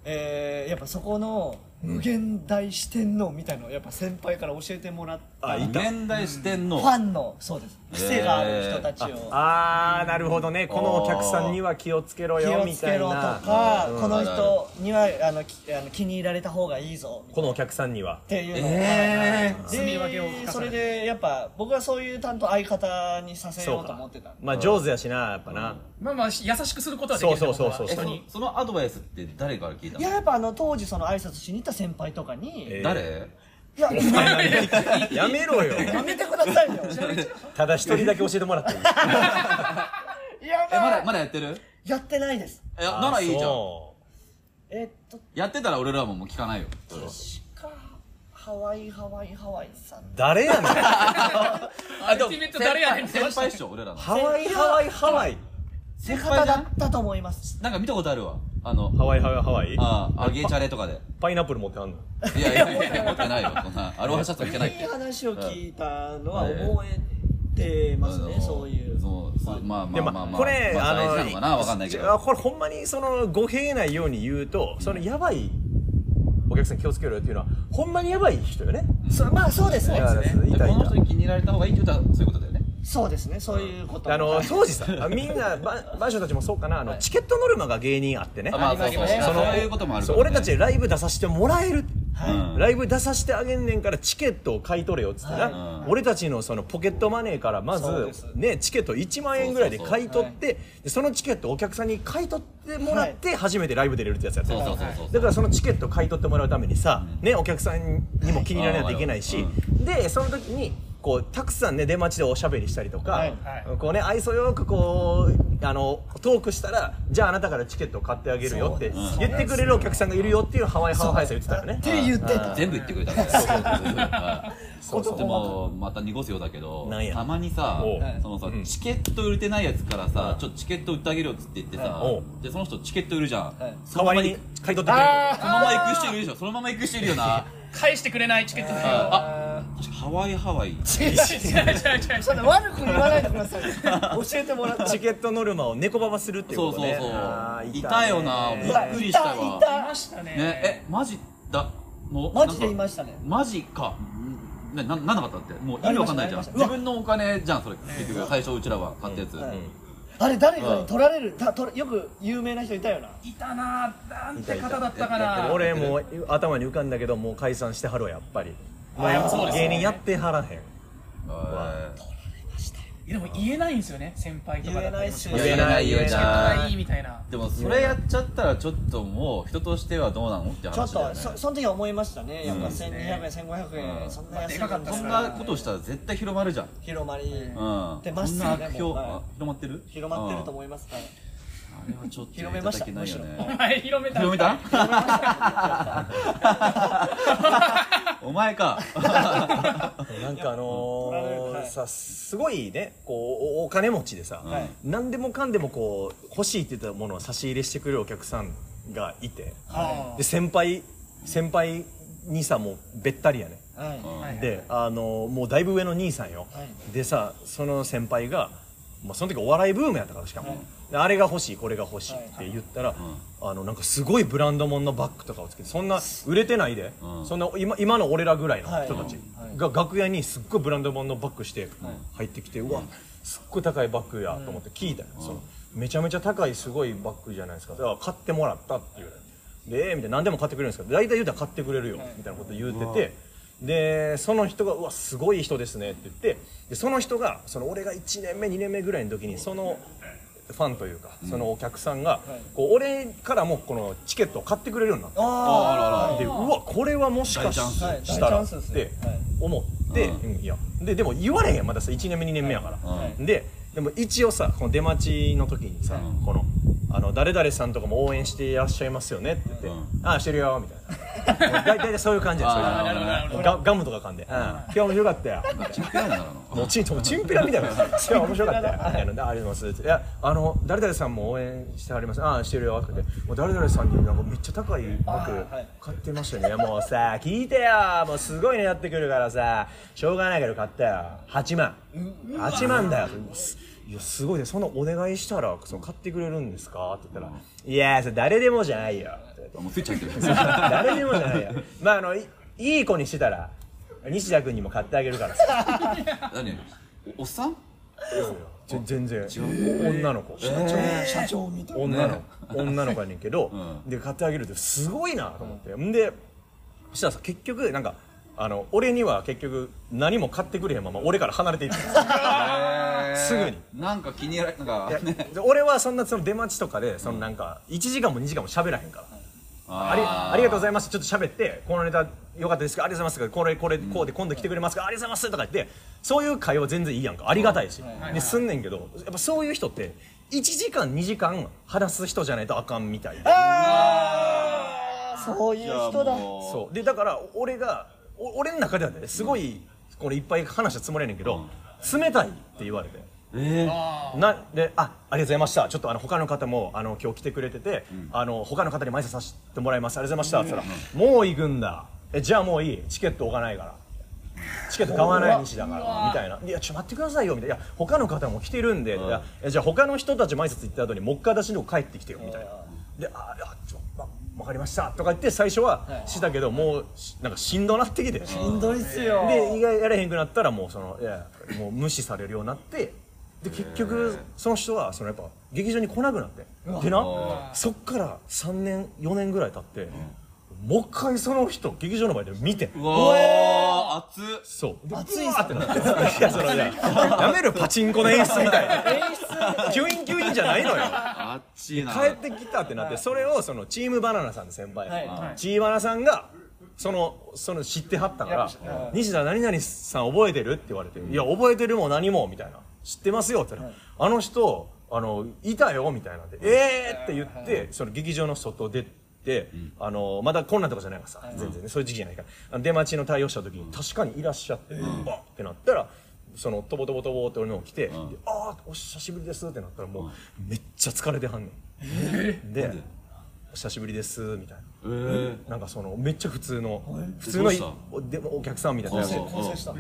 [SPEAKER 1] えーやっぱそこの無限大四天王みたいのをやっぱ先輩から教えてもらった
[SPEAKER 2] あいた
[SPEAKER 3] 現代四天王
[SPEAKER 1] ファンのそうです癖がある人たちを
[SPEAKER 2] あーなるほどねこのお客さんには気をつけろ
[SPEAKER 1] 気
[SPEAKER 2] よ
[SPEAKER 1] を
[SPEAKER 2] み
[SPEAKER 1] つ
[SPEAKER 2] た
[SPEAKER 1] け
[SPEAKER 2] い
[SPEAKER 1] ろと
[SPEAKER 2] な
[SPEAKER 1] か、
[SPEAKER 3] うん
[SPEAKER 1] この人にはあのきあの気に入られた方がいいぞみたいな
[SPEAKER 2] このお客さんには
[SPEAKER 1] っていうのを、
[SPEAKER 2] え
[SPEAKER 1] はいはい
[SPEAKER 4] 住み分けを深
[SPEAKER 1] で
[SPEAKER 4] さ
[SPEAKER 1] それでやっぱ僕はそういう担当相方にさせようと思ってたんで
[SPEAKER 2] まあ上手やしなやっぱな
[SPEAKER 4] まあまあ優しくすることはできる
[SPEAKER 2] そうそうそうそう
[SPEAKER 3] え
[SPEAKER 4] 人
[SPEAKER 3] その
[SPEAKER 4] に
[SPEAKER 3] そのアドバイスって誰から聞いた
[SPEAKER 1] いや
[SPEAKER 3] の
[SPEAKER 1] やっぱあの当時その挨拶しに行った先輩とかに、
[SPEAKER 2] え
[SPEAKER 3] 誰
[SPEAKER 1] いやお前ら
[SPEAKER 2] やめろよ
[SPEAKER 1] やめてください よ
[SPEAKER 2] ただ一人だけ教えてもらっていい
[SPEAKER 1] いや
[SPEAKER 3] えま
[SPEAKER 1] ま
[SPEAKER 3] だ
[SPEAKER 1] あ
[SPEAKER 3] まだやってる
[SPEAKER 1] やってないです
[SPEAKER 3] えいやならいいじゃん
[SPEAKER 2] ん
[SPEAKER 1] えっと
[SPEAKER 3] やってたら俺らももう聞かないよそれは
[SPEAKER 1] 確かハワイハワイハワイさん
[SPEAKER 2] 誰 やねん
[SPEAKER 4] アルティメット誰やねんって
[SPEAKER 3] 先輩先輩っしょ俺らの
[SPEAKER 2] ハワイハワイハワイ
[SPEAKER 1] セ
[SPEAKER 3] 先
[SPEAKER 1] カ
[SPEAKER 3] 輩
[SPEAKER 1] タ
[SPEAKER 3] じゃ
[SPEAKER 1] だ
[SPEAKER 3] ん
[SPEAKER 1] ったと思います
[SPEAKER 3] なんか見たことあるわあの
[SPEAKER 2] ハワイハワイハワイ
[SPEAKER 3] あああゲーチャレとかで
[SPEAKER 2] パイナップル持ってはんの
[SPEAKER 3] いやいやいやいや持ってないよこんなアロハシャツ着てないっ
[SPEAKER 1] いい
[SPEAKER 3] て
[SPEAKER 1] 話を聞いたのは覚えてますね、そういう
[SPEAKER 3] そうそうまあま
[SPEAKER 2] で
[SPEAKER 3] あま
[SPEAKER 2] も
[SPEAKER 3] あまあ、
[SPEAKER 2] これ、
[SPEAKER 3] まあ、大事なのかな
[SPEAKER 2] あ
[SPEAKER 3] わかんないけ
[SPEAKER 2] じゃあ
[SPEAKER 3] ど
[SPEAKER 2] これほんまにその語弊ないように言うと、そのやばいお客さん気をつけろよっていうのはほんまにやばい人よね、
[SPEAKER 1] そまあそうですね
[SPEAKER 2] だから
[SPEAKER 1] そうですね
[SPEAKER 2] 痛い
[SPEAKER 3] この
[SPEAKER 2] な
[SPEAKER 3] 人に気に入られた方がいいって言ったらそういうことだよね
[SPEAKER 1] そうですねそういうこと
[SPEAKER 2] あの
[SPEAKER 1] はい
[SPEAKER 2] 当時さあみんなばマンションたちもそうかなあの、チケットノルマが芸人あってね、
[SPEAKER 3] あまあそうそう
[SPEAKER 1] あります
[SPEAKER 3] そ
[SPEAKER 1] ね
[SPEAKER 3] ういうこともあるか
[SPEAKER 2] そう
[SPEAKER 3] ら、ね、
[SPEAKER 2] 俺たちライブ出させてもらえる、
[SPEAKER 3] はい
[SPEAKER 2] ライブ出させてあげんねんからチケットを買い取れよっつってな、
[SPEAKER 3] はい
[SPEAKER 2] 俺たちのそのポケットマネーからまず
[SPEAKER 1] そうです、
[SPEAKER 2] ね、チケット1万円ぐらいで買い取ってそそのチケットをお客さんに買い取ってもらって初めてライブ出れるってやつやった
[SPEAKER 3] そ
[SPEAKER 2] よ
[SPEAKER 3] うそうそうそう
[SPEAKER 2] だからそのチケット買い取ってもらうためにさ、ね、お客さんにも気に入られないといけないし、でその時にこうたくさんね出待ちでおしゃべりしたりとか、
[SPEAKER 1] はい
[SPEAKER 2] こうね愛想よくこうあのトークしたらじゃああなたからチケットを買ってあげるよって言ってくれるお客さんがいるよっていうハワイハワイさん言ってたよね
[SPEAKER 1] っ。て言ってた
[SPEAKER 3] 全部言ってくれ たからそうそうそうでもまた濁すようだけど
[SPEAKER 2] なんや
[SPEAKER 3] たまにさ
[SPEAKER 2] おう
[SPEAKER 3] そのさ、チケット売れてないやつからさ、ちょっとチケット売ってあげるよっつって言ってさ、
[SPEAKER 2] おう
[SPEAKER 3] でその人チケット売るじゃん、
[SPEAKER 1] はい
[SPEAKER 3] そ
[SPEAKER 2] 代わ
[SPEAKER 3] のま
[SPEAKER 2] り
[SPEAKER 3] ま
[SPEAKER 2] に
[SPEAKER 3] に
[SPEAKER 2] 買い取ってくれる
[SPEAKER 3] そのまま行く人いるでしょそのまま行く人いるよな
[SPEAKER 4] 返してくれないチケットだよ
[SPEAKER 3] あ確かハワイハワイ
[SPEAKER 1] 違う違う
[SPEAKER 4] 違う違う違う
[SPEAKER 1] それ悪く言わないでください教えてもらった
[SPEAKER 2] チケットノルマを猫ばばするっていう
[SPEAKER 3] そう
[SPEAKER 2] こと
[SPEAKER 3] そう
[SPEAKER 2] ね
[SPEAKER 3] そう
[SPEAKER 2] あー
[SPEAKER 3] い
[SPEAKER 2] ね
[SPEAKER 3] たよなびっくりしたわ
[SPEAKER 1] い
[SPEAKER 4] い
[SPEAKER 1] た
[SPEAKER 4] ま したね
[SPEAKER 3] ねえマジだもう
[SPEAKER 1] マジでいま
[SPEAKER 3] し
[SPEAKER 1] したね
[SPEAKER 3] マジかんねななんなかったってもう意味わかんないじゃん
[SPEAKER 1] ありましたありました
[SPEAKER 3] 自分のお金じゃんそれ結局最初うちらは買ったやつ、
[SPEAKER 1] はいあれ誰かに取られるた取れよく有名な人いたよない
[SPEAKER 4] たななんて方だったか
[SPEAKER 3] いたい
[SPEAKER 4] な
[SPEAKER 3] た
[SPEAKER 2] 俺もう頭に浮かんだけどもう解散してはるわやっぱり
[SPEAKER 4] あやっぱそうですね
[SPEAKER 2] 芸人やってはらへん
[SPEAKER 3] はい
[SPEAKER 4] でも言えないんですよね先輩とかだったりもします
[SPEAKER 1] 言
[SPEAKER 3] えない言えない
[SPEAKER 4] チケットがいいみたいな
[SPEAKER 3] でもそれやっちゃったらちょっともう人としてはどうなのって
[SPEAKER 1] ちょっ
[SPEAKER 3] 話だよ
[SPEAKER 1] と
[SPEAKER 3] ね
[SPEAKER 1] そその時は思いましたねやっぱ
[SPEAKER 3] うん
[SPEAKER 1] 1200円1500円、
[SPEAKER 3] うん
[SPEAKER 1] そんな安い
[SPEAKER 4] まあでかかった
[SPEAKER 3] そ
[SPEAKER 4] っす
[SPEAKER 3] ん
[SPEAKER 4] ね
[SPEAKER 3] なことしたら絶対広まるじゃん
[SPEAKER 1] 広まり、
[SPEAKER 3] うん
[SPEAKER 1] 出ます
[SPEAKER 3] そん
[SPEAKER 1] よ
[SPEAKER 3] な
[SPEAKER 1] ね
[SPEAKER 3] 悪
[SPEAKER 1] も
[SPEAKER 3] 評
[SPEAKER 1] う
[SPEAKER 3] あ
[SPEAKER 1] は
[SPEAKER 3] 広まってる
[SPEAKER 1] 広まってる
[SPEAKER 3] 思
[SPEAKER 1] と思いますから
[SPEAKER 3] うんあれはちょっと
[SPEAKER 1] 広めました
[SPEAKER 3] いただけないよ
[SPEAKER 4] お
[SPEAKER 3] ね
[SPEAKER 4] 前広めたん
[SPEAKER 3] 広
[SPEAKER 4] か
[SPEAKER 3] め たお前か
[SPEAKER 2] なんかあのー
[SPEAKER 1] はい
[SPEAKER 2] さすごいねこうおお金持ちでさ、
[SPEAKER 1] はい
[SPEAKER 2] 何でもかんでもこう欲しいって言ったものを差し入れしてくれるお客さんがいて
[SPEAKER 4] あ
[SPEAKER 2] で先輩先輩にさもうべったりやね
[SPEAKER 1] はい、
[SPEAKER 4] あはい
[SPEAKER 2] であのーもうだいぶ上の兄さんよ、
[SPEAKER 1] はい
[SPEAKER 2] でさその先輩が、まあ、その時お笑いブームやったからしかも、
[SPEAKER 1] はい
[SPEAKER 2] であれが欲しいこれが欲しいって言ったら、あのなんかすごいブランド物のバッグとかをつけてそんな売れてないで、
[SPEAKER 3] うん
[SPEAKER 2] そんな今今の俺らぐらいの人たち
[SPEAKER 1] はい
[SPEAKER 2] が楽屋にすっごいブランド物のバッグして入ってきて、うわすっごい高いバッグやと思って聞いたよ、そのめちゃめちゃ高いすごいバッグじゃないですかだから買ってもらったっていうでええみたいな何でも買ってくれるんですけど大体言うたら買ってくれるよみたいなこと言うててでその人が「うわすごい人ですね」って言ってでその人がその俺が1年目2年目ぐらいの時にそのファンというかそのお客さんが
[SPEAKER 1] い
[SPEAKER 2] こう俺からもこのチケットを買ってくれるようになって
[SPEAKER 1] あ
[SPEAKER 3] あらら
[SPEAKER 2] でうわこれはもしかし
[SPEAKER 3] 大チャンス
[SPEAKER 1] はい
[SPEAKER 2] したら
[SPEAKER 1] 大
[SPEAKER 2] っ
[SPEAKER 1] チャンスです
[SPEAKER 2] て
[SPEAKER 1] ね
[SPEAKER 2] 思って、
[SPEAKER 3] う
[SPEAKER 2] うんいやででも言われへんやんまださ1年目2年目やから、
[SPEAKER 1] はい
[SPEAKER 2] ででも一応さこの出待ちの時にさ、
[SPEAKER 3] うん
[SPEAKER 2] このあの誰々さんとかも応援していらっしゃいますよねって言って「
[SPEAKER 3] うん
[SPEAKER 2] ああしてるよ」みたい なもう大体そういう感じやそういう
[SPEAKER 4] あなるほどなるほど
[SPEAKER 2] ガガムとか噛んで「うん、今日面白かったよ」
[SPEAKER 3] チンピラになるの
[SPEAKER 2] もうチンもう チンピラみたいな今日は面白かったよみたいなでありがとうございますいやあの誰々さんも応援してはりますああしてるよって言ってもう誰々さんになんかめっちゃ高い僕
[SPEAKER 1] はい
[SPEAKER 2] 買ってましたねいやもうさ聞いてよもうすごいねやってくるからさしょうがないけど買ったよ8万8万だよすいやすごいねそんなお願いしたらその買ってくれるんですかって言ったら「いやそれ誰でもじゃないよ」 って
[SPEAKER 3] もうスイッチ入ってる
[SPEAKER 2] 誰にもじゃないよまああのいいい子にしてたら西田君にも買ってあげるからさ
[SPEAKER 3] 何おおっさん
[SPEAKER 2] ぜ全然女の子
[SPEAKER 1] 社長みたいな
[SPEAKER 2] 女の子女の子やねんけど、で買ってあげるってすごいなと思って、んでそしたらさ結局なんかあの俺には結局何も買ってくれへんまま俺から離れていったすぐに
[SPEAKER 3] なんか気に入らなんか
[SPEAKER 2] いやで俺はそんなその出待ちとかでそのなんか1時間も2時間も喋らへんから、ありありがとうございますちょっと喋ってこのネタ良かったですかありがとうございますとかこれこれこうで今度来てくれますかありがとうございますとか言ってそういう会話全然いいやんかありがたいし、ですんねんけどやっぱそういう人って1時間2時間話す人じゃないとあかんみたいで
[SPEAKER 1] あーそういう人だ
[SPEAKER 3] そ
[SPEAKER 2] そうでだから俺がお俺の中ではねすごいこれいっぱい話したつもりやねんけど、冷たいって言われて
[SPEAKER 3] う。えー
[SPEAKER 4] あ
[SPEAKER 2] なであありがとうございましたちょっとあの他の方もあの今日来てくれてて、あの他の方に挨拶させてもらいますありがとうございましたっつったら、もう行くんだえじゃあもういいチケット置かないからチケット買わない西だからみたいな「いやちょっと待ってくださいよ」みたいな「いや他の方も来てるんで」いやえじゃあ他の人たちも挨拶行った後にもう一回私のとこ帰ってきてよ」みたいな「でああちょわわかりました」とか言って最初はしたけど、もうしなんかしんどなってきて。
[SPEAKER 1] しんどいっすよ
[SPEAKER 2] で意外やれへんくなったらもうそのいやもう無視されるようになってで結局その人はそのやっぱ劇場に来なくなってでなそっから3年4年ぐらい経ってもう一回その人劇場の前で見て
[SPEAKER 3] うわー、熱っ。
[SPEAKER 2] そうで
[SPEAKER 1] 熱い
[SPEAKER 2] うわ
[SPEAKER 1] っすね
[SPEAKER 2] ーってなっていやそのいややめるパチンコの演出みたいな
[SPEAKER 1] 演出
[SPEAKER 2] キュインキュインじゃないのよ
[SPEAKER 3] あっちいな。
[SPEAKER 2] 帰ってきたってなってそれをそのチームバナナさんの先輩、
[SPEAKER 1] はい
[SPEAKER 4] はい
[SPEAKER 2] チーバナさんがそのその知ってはったから
[SPEAKER 1] いや
[SPEAKER 2] 「西田何々さん覚えてる?」って言われて「いや覚えてるも何も」みたいな「知ってますよ」って言ったら「あの人あのいたよ」みたいなんで「えー!」って言ってその劇場の外出て。あのまだこんなんとかじゃないからさ全然ねそういう時期じゃないからあの出待ちの対応した時に確かにいらっしゃってバッってなったらそのトボトボトボって俺の方来てで「ああお久しぶりです」ってなったらもうめっちゃ疲れてはんねんで「お久しぶりです」みたいな
[SPEAKER 3] えー
[SPEAKER 2] なんかそのめっちゃ普通の普通
[SPEAKER 3] ど
[SPEAKER 2] の
[SPEAKER 3] うした
[SPEAKER 2] おでもお客さんみたいな
[SPEAKER 3] あそう
[SPEAKER 1] 構成した
[SPEAKER 2] あ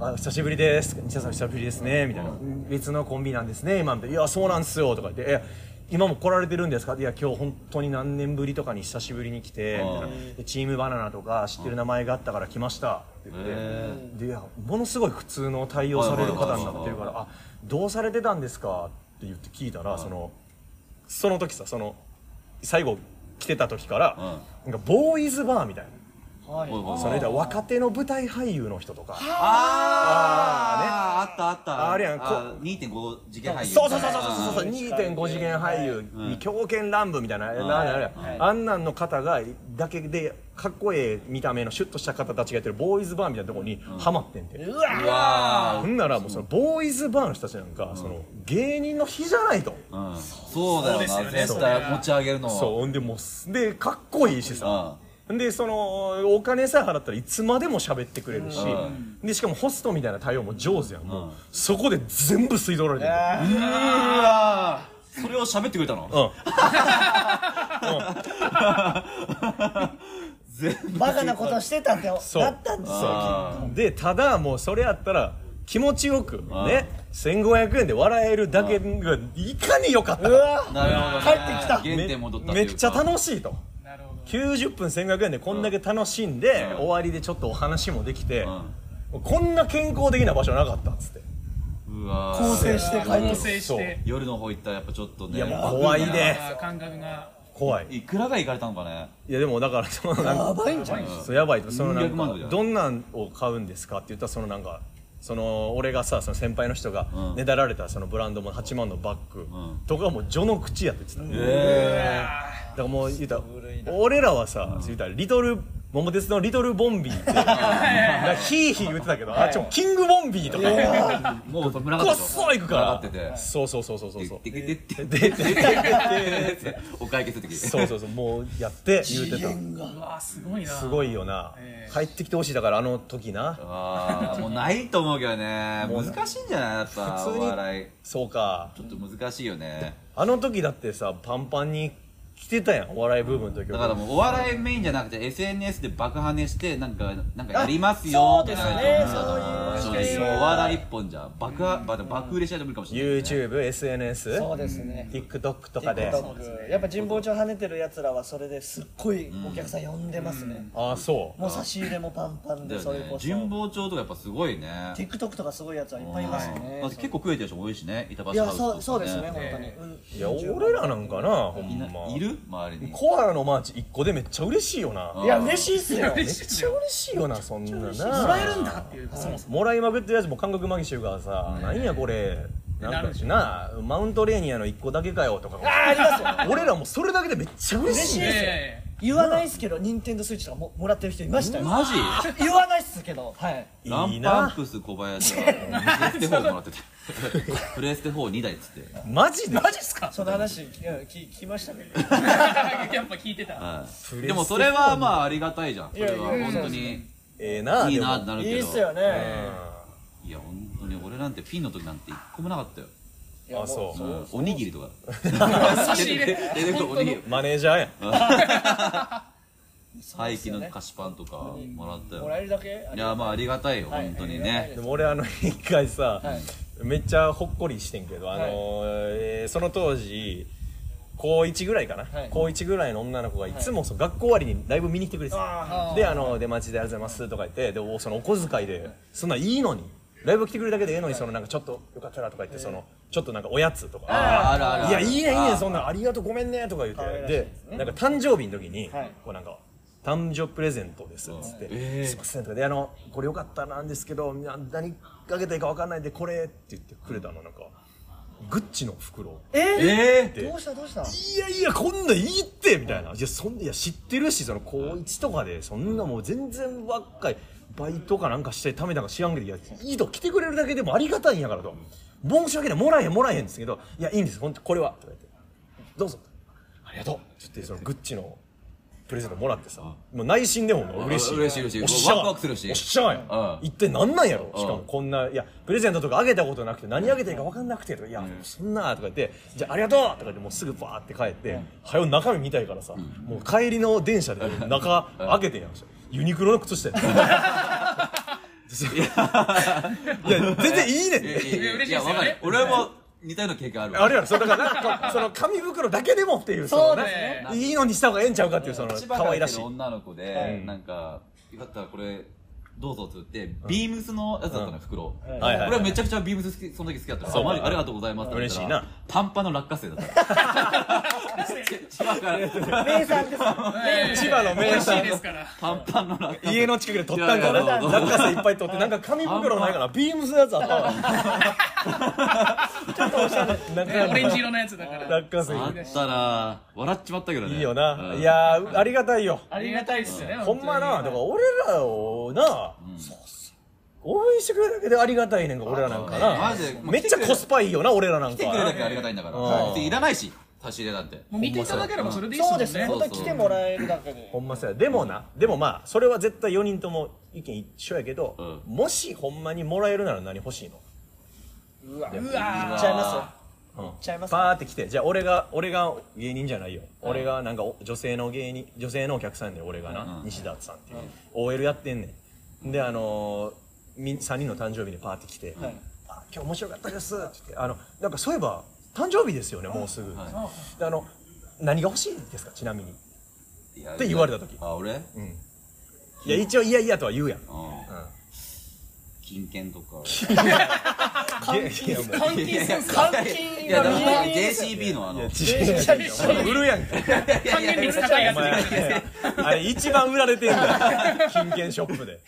[SPEAKER 2] あ久しぶりです西田さん久しぶりですねみたいな別のコンビなんですね今みたいないやそうなんですよとか言ってえ今も来られてるんですかいや今日本当に何年ぶりとかに久しぶりに来てみたいなでチームバナナとか知ってる名前があったから来ましたって言って、でいやものすごい普通の対応される方になってるからあどうされてたんですかって言って聞いたらそのその時さその最後来てた時から、なんかボーイズバーみたいな。
[SPEAKER 1] はい
[SPEAKER 3] おいおい
[SPEAKER 2] それだ若手の舞台俳優の人とか
[SPEAKER 3] あーあったあった
[SPEAKER 2] あるやんこ
[SPEAKER 3] 2.5次元俳優
[SPEAKER 2] そうそうそうそうそうそう
[SPEAKER 1] あー
[SPEAKER 2] 2.5次元俳優に狂犬乱舞みたいな、なんやあれ
[SPEAKER 1] はい
[SPEAKER 2] あんなんの方がだけでかっこええ見た目のシュッとした方たちがやってるボーイズバーみたいなところにハマってんて、
[SPEAKER 1] うわ
[SPEAKER 3] うわ
[SPEAKER 2] ほんならもうそのボーイズバーの人たちなんか、その芸人の日じゃないと、
[SPEAKER 3] ー、うん、そうだよな
[SPEAKER 4] そうですよね
[SPEAKER 3] 絶対持ち上げるのは
[SPEAKER 2] そうほんでもうすでかっこいいしさ、でそのお金さえ払ったらいつまでも喋ってくれるし、でしかもホストみたいな対応も上手やん、もうそこで全部吸い取られてる、
[SPEAKER 3] うーわーそれを喋ってくれたの、
[SPEAKER 2] うん
[SPEAKER 3] 全部
[SPEAKER 1] バカなことしてたってな
[SPEAKER 2] そう
[SPEAKER 1] ったんですよ
[SPEAKER 2] そうでただもうそれやったら気持ちよく
[SPEAKER 3] あ
[SPEAKER 2] ね1500円で笑えるだけがいかに良かった
[SPEAKER 1] う
[SPEAKER 2] か
[SPEAKER 1] わ
[SPEAKER 3] なるほど、ね、
[SPEAKER 1] 帰ってきた
[SPEAKER 2] め
[SPEAKER 3] 原点戻ったとい
[SPEAKER 2] め
[SPEAKER 3] うか
[SPEAKER 2] っちゃ楽しいと
[SPEAKER 4] ーなるほど
[SPEAKER 2] 90分1500円でこんだけ楽しんで終わりでちょっとお話もできてこんな健康的な場所なかったっつって
[SPEAKER 3] うわ
[SPEAKER 1] 構
[SPEAKER 3] ー
[SPEAKER 1] 成して帰って
[SPEAKER 4] 構
[SPEAKER 1] き
[SPEAKER 4] 成して
[SPEAKER 3] 夜の方行ったらやっぱちょっとね
[SPEAKER 2] いやもう怖いね
[SPEAKER 4] あー感覚が
[SPEAKER 2] 怖い
[SPEAKER 3] いくらが行かれたのかね
[SPEAKER 2] いやでもだからそのなん
[SPEAKER 1] た
[SPEAKER 2] か
[SPEAKER 1] やばいんじゃない
[SPEAKER 2] そうやばいとそのなん
[SPEAKER 3] 400万とかじゃ
[SPEAKER 2] か
[SPEAKER 3] ん
[SPEAKER 2] どんなんを買うんですかって言ったらそのなんかその俺がさその先輩の人が
[SPEAKER 3] ん
[SPEAKER 2] ねだられたそのブランドも8万のバッグ
[SPEAKER 3] ん
[SPEAKER 2] とかも序の口やって言ってた、
[SPEAKER 3] え
[SPEAKER 2] だからもう言うたら俺らはさ、言うたらリトル桃鉄のリトルボンビ ーってなんかヒーヒー言ってたけどあっちもキングボンビーとか
[SPEAKER 3] えー、もう村
[SPEAKER 2] こ
[SPEAKER 3] が
[SPEAKER 2] っそいくから
[SPEAKER 3] ってて
[SPEAKER 2] そうそうそうそうそうそう
[SPEAKER 3] でででで
[SPEAKER 2] ででで
[SPEAKER 3] お会計する時
[SPEAKER 2] そうそうそうもうやって言うてた
[SPEAKER 4] うわーすごいな
[SPEAKER 2] すごいよな
[SPEAKER 4] ええ
[SPEAKER 2] 帰ってきてほしいだからあの時な
[SPEAKER 3] あーもうないと思うけどね
[SPEAKER 2] もう
[SPEAKER 3] 難しいんじゃないやっぱ
[SPEAKER 2] 普通
[SPEAKER 3] お
[SPEAKER 2] に
[SPEAKER 3] 笑い
[SPEAKER 2] そうか
[SPEAKER 3] ちょっと難しいよね
[SPEAKER 2] あの時だってさパンパンに来てたやんお笑い部分の時
[SPEAKER 3] だ
[SPEAKER 2] は
[SPEAKER 3] からもうお笑いメインじゃなくて SNS で爆跳ねしてなんかなんかやります
[SPEAKER 1] そ
[SPEAKER 3] よ
[SPEAKER 1] う
[SPEAKER 3] っ
[SPEAKER 1] で
[SPEAKER 3] て
[SPEAKER 1] す
[SPEAKER 3] な
[SPEAKER 1] ね
[SPEAKER 3] ると
[SPEAKER 1] そういう
[SPEAKER 3] もうお笑い一本じゃ爆破まあでも爆売れしないと無理かもしれない、
[SPEAKER 2] YouTube、SNS、
[SPEAKER 1] そうですね
[SPEAKER 2] TikTok とかで
[SPEAKER 1] TikTok やっぱ神保町跳ねてるやつらはそれですっごいお客さん呼んでますね
[SPEAKER 2] ああそう
[SPEAKER 1] もう差し入れもパンパン
[SPEAKER 3] だ
[SPEAKER 1] でそ
[SPEAKER 3] よ
[SPEAKER 1] れ
[SPEAKER 3] ね
[SPEAKER 1] こそ
[SPEAKER 3] 神保町とかやっぱすごいね
[SPEAKER 1] TikTok とかすごいやつはいっぱいいますよね
[SPEAKER 3] だって結構食えてる人も多いしね板橋ハウス
[SPEAKER 1] い
[SPEAKER 3] と
[SPEAKER 1] や
[SPEAKER 3] か
[SPEAKER 1] そうそうですね本
[SPEAKER 4] ね
[SPEAKER 1] 当にうん
[SPEAKER 2] いや俺らなんかなほ
[SPEAKER 3] い
[SPEAKER 2] ん
[SPEAKER 3] な
[SPEAKER 2] ま
[SPEAKER 3] いる周りに
[SPEAKER 2] コアラのマーチ1個でめっちゃ嬉しいよな
[SPEAKER 1] うんいや嬉しいっすよ
[SPEAKER 2] め
[SPEAKER 4] め
[SPEAKER 2] っちゃ 嬉しいよなそんなな
[SPEAKER 4] もらえるんだっていうそもそも
[SPEAKER 2] もらいまくってるやつも韓国マギシュがさなんやこれな
[SPEAKER 4] なんる
[SPEAKER 2] か
[SPEAKER 4] でしょ
[SPEAKER 2] なあマウントレーニアの1個だけかよとか
[SPEAKER 1] あありますよ
[SPEAKER 2] 俺らもうそれだけでめっちゃ嬉しい
[SPEAKER 4] い
[SPEAKER 2] ね
[SPEAKER 4] やいやいや
[SPEAKER 1] 言わないっすけど任天堂スイッチとかももらってる人いましたよ
[SPEAKER 3] マジ
[SPEAKER 1] 言わないっすけどはい
[SPEAKER 3] ラ
[SPEAKER 2] いい
[SPEAKER 3] ンラン
[SPEAKER 2] な
[SPEAKER 3] プス小林はプレステ4もらってた プレステ42台っつって
[SPEAKER 2] マジで
[SPEAKER 4] マジっすか
[SPEAKER 1] その話いや聞聞きましたけど
[SPEAKER 4] やっぱ聞いてた。
[SPEAKER 3] はい
[SPEAKER 2] レステ4
[SPEAKER 3] でもそれはまあありがたいじゃんそれはい
[SPEAKER 1] やいや
[SPEAKER 3] 本当に
[SPEAKER 2] ええない
[SPEAKER 3] い
[SPEAKER 2] で
[SPEAKER 3] なって
[SPEAKER 2] も
[SPEAKER 3] なる
[SPEAKER 1] い
[SPEAKER 3] けど
[SPEAKER 1] いっすよね
[SPEAKER 3] いや本当に俺なんてピンの時なんて一個もなかったよ
[SPEAKER 1] いや
[SPEAKER 2] あそう
[SPEAKER 1] もう
[SPEAKER 3] うんおにぎりとか
[SPEAKER 4] 差 し入れ。
[SPEAKER 3] 出てくるおにぎり
[SPEAKER 2] マネージャーやん
[SPEAKER 1] そう
[SPEAKER 3] 廃
[SPEAKER 1] です
[SPEAKER 3] 棄
[SPEAKER 1] よ
[SPEAKER 3] の
[SPEAKER 1] ね
[SPEAKER 3] 菓子パンとかもらった
[SPEAKER 1] もら
[SPEAKER 3] よ
[SPEAKER 1] えるだけ
[SPEAKER 3] いやまあありがたいよ
[SPEAKER 1] はい
[SPEAKER 3] 本当に
[SPEAKER 1] ありがたい
[SPEAKER 3] ね
[SPEAKER 1] で
[SPEAKER 2] でも俺あの 一回さ、
[SPEAKER 1] はい
[SPEAKER 2] めっちゃほっこりしてんけど、あの
[SPEAKER 1] はい
[SPEAKER 2] えーその当時高1ぐらいかな、
[SPEAKER 1] はい
[SPEAKER 2] 高1ぐらいの女の子がいつもその学校終わりにライブ見に来てくれてた、
[SPEAKER 1] あ
[SPEAKER 4] ー
[SPEAKER 2] であの出待ちでありがとうございますとか言ってでおそのお小遣いでそんなんいいのにライブ来てくれるだけでええのにそのなんかちょっとよかったらとか言ってそのちょっとなんかおやつとか、
[SPEAKER 3] ああるあるある
[SPEAKER 2] いやいいねいいね
[SPEAKER 3] あ
[SPEAKER 2] そんなんありがとうごめんねとか言って
[SPEAKER 1] 可愛
[SPEAKER 2] で
[SPEAKER 1] らしいです
[SPEAKER 2] なんか誕生日の時に、
[SPEAKER 1] はい
[SPEAKER 2] こうなんか誕生日プレゼントですっつって、
[SPEAKER 3] えー
[SPEAKER 2] すいませんとかであのこれよかったなんですけどな何かけていいかわかんないんでこれって言ってくれたのなんかグッチの袋
[SPEAKER 1] え
[SPEAKER 3] え
[SPEAKER 1] ーどうしたどうした
[SPEAKER 2] いやいやこんなんいいってみたいないやそんいや知ってるしその高1とかでそんなもう全然若いバイトかなんかしてためたか知らんけどいやいいと来てくれるだけでもありがたいんやからと申し訳ないもらえへんもらえへんですけどいやいいんです本当これはとか言ってどうぞありがとうって言ってそのグッチのプレゼントもらってさもう内心でももう嬉しい
[SPEAKER 3] あ嬉しい嬉しい
[SPEAKER 2] おっしゃ
[SPEAKER 3] ワクワクするし
[SPEAKER 2] おっしゃや
[SPEAKER 3] うん
[SPEAKER 2] 一体なんなんやろしかも
[SPEAKER 3] うん
[SPEAKER 2] こんないやプレゼントとかあげたことなくて何あげていいか分かんなくてとかいやそんなとか言ってじゃあありがとうとか言ってもうすぐバーって帰ってはよ中身見たいからさもう帰りの電車で中開けてやんユニクロの靴下や
[SPEAKER 3] いや
[SPEAKER 2] いや全然いいねん
[SPEAKER 3] い
[SPEAKER 2] ね
[SPEAKER 3] やいやいや
[SPEAKER 4] 嬉しいで
[SPEAKER 3] い
[SPEAKER 4] す
[SPEAKER 3] や
[SPEAKER 4] よね
[SPEAKER 3] わかる俺も似たような経験あるわ
[SPEAKER 2] あれやろそれだからなんかその紙袋だけでもっていうそ
[SPEAKER 1] そう
[SPEAKER 2] の
[SPEAKER 1] です
[SPEAKER 4] ね
[SPEAKER 2] な、いいのにした方がええんちゃうかっていうその
[SPEAKER 3] 千葉
[SPEAKER 2] 可
[SPEAKER 3] から
[SPEAKER 2] 愛ら
[SPEAKER 3] 来て
[SPEAKER 2] しい
[SPEAKER 3] る女の子でなんかよかったらこれどうぞって言ってビームスのやつだったのよ袋
[SPEAKER 1] い
[SPEAKER 2] はいはい
[SPEAKER 3] 俺はめちゃくちゃビームス好きその時好きだったか
[SPEAKER 2] そう
[SPEAKER 3] らあマジありがとうございますって言った
[SPEAKER 2] 嬉
[SPEAKER 3] ら
[SPEAKER 2] しいな
[SPEAKER 3] パンパンの落花生だった千葉から
[SPEAKER 1] 名産ですよ
[SPEAKER 2] 千葉の名
[SPEAKER 4] 美味しい
[SPEAKER 2] 産
[SPEAKER 4] ですから。
[SPEAKER 3] パンパンの落花生
[SPEAKER 2] 家の近くで取ったんかない
[SPEAKER 3] やいや
[SPEAKER 2] 落花生いっぱい取ってなんか紙袋ないかなビームスのやつあったわ ちょっとおしゃれ
[SPEAKER 4] ねオレンジ色のやつだから。
[SPEAKER 2] 落花
[SPEAKER 3] あ
[SPEAKER 2] 生
[SPEAKER 3] ったら笑っちまったけどね
[SPEAKER 2] いいよな
[SPEAKER 3] うん
[SPEAKER 2] いやーありがたいよ
[SPEAKER 4] ありがたいっすよね。
[SPEAKER 2] ほんまなだから
[SPEAKER 4] 本当に
[SPEAKER 2] 俺らをな応援してくれるだけでありがたいねんか俺らなんか
[SPEAKER 3] あ
[SPEAKER 2] な
[SPEAKER 3] マジで
[SPEAKER 2] めっちゃコスパいいよな俺らなん
[SPEAKER 3] 来てくれるだけ
[SPEAKER 2] か
[SPEAKER 3] ありがたいんだから
[SPEAKER 2] うん
[SPEAKER 3] 別にいらないし差し入れなんて
[SPEAKER 4] もう見ていただければそれでいいっす
[SPEAKER 1] そうん
[SPEAKER 4] も
[SPEAKER 1] で
[SPEAKER 4] ね。
[SPEAKER 1] すね
[SPEAKER 3] そう
[SPEAKER 1] 本当に来てもらえるだけで
[SPEAKER 2] ほんまそうやでもなでもまあそれは絶対4人とも意見一緒やけど
[SPEAKER 3] う
[SPEAKER 2] もしほんまにもらえるなら何欲しいの
[SPEAKER 1] うわ
[SPEAKER 4] うわ
[SPEAKER 1] 行っちゃいますよ
[SPEAKER 2] うん
[SPEAKER 1] ちゃいます
[SPEAKER 2] パーって来てじゃあ俺が俺が芸人じゃないよ、俺がなんかお女性の芸人女性のお客さんで俺がな、
[SPEAKER 3] うんうん
[SPEAKER 2] 西田さんっていう、OL やってんねんであのー、み3人の誕生日でパーって来て「
[SPEAKER 1] はい
[SPEAKER 2] あ今日面白かったです」って言ってあのなんかそういえば誕生日ですよねもうすぐ、
[SPEAKER 3] は
[SPEAKER 2] であの何が欲しいですかちなみに、
[SPEAKER 3] いや
[SPEAKER 2] って言われた時
[SPEAKER 3] あ俺
[SPEAKER 2] うん、いや一応「いやいや」とは言うやん
[SPEAKER 3] うん
[SPEAKER 2] うん
[SPEAKER 3] 金券とか
[SPEAKER 2] 換金
[SPEAKER 4] 換金するんすか
[SPEAKER 1] 換金
[SPEAKER 3] いや
[SPEAKER 1] が
[SPEAKER 3] だ
[SPEAKER 1] 見
[SPEAKER 3] から
[SPEAKER 1] える
[SPEAKER 3] JCB のあの
[SPEAKER 2] 売るやんか
[SPEAKER 4] 還元率高いや
[SPEAKER 2] お
[SPEAKER 4] つ
[SPEAKER 2] 前
[SPEAKER 4] ですね。
[SPEAKER 2] あれ一番売られてんだよ金券ショップで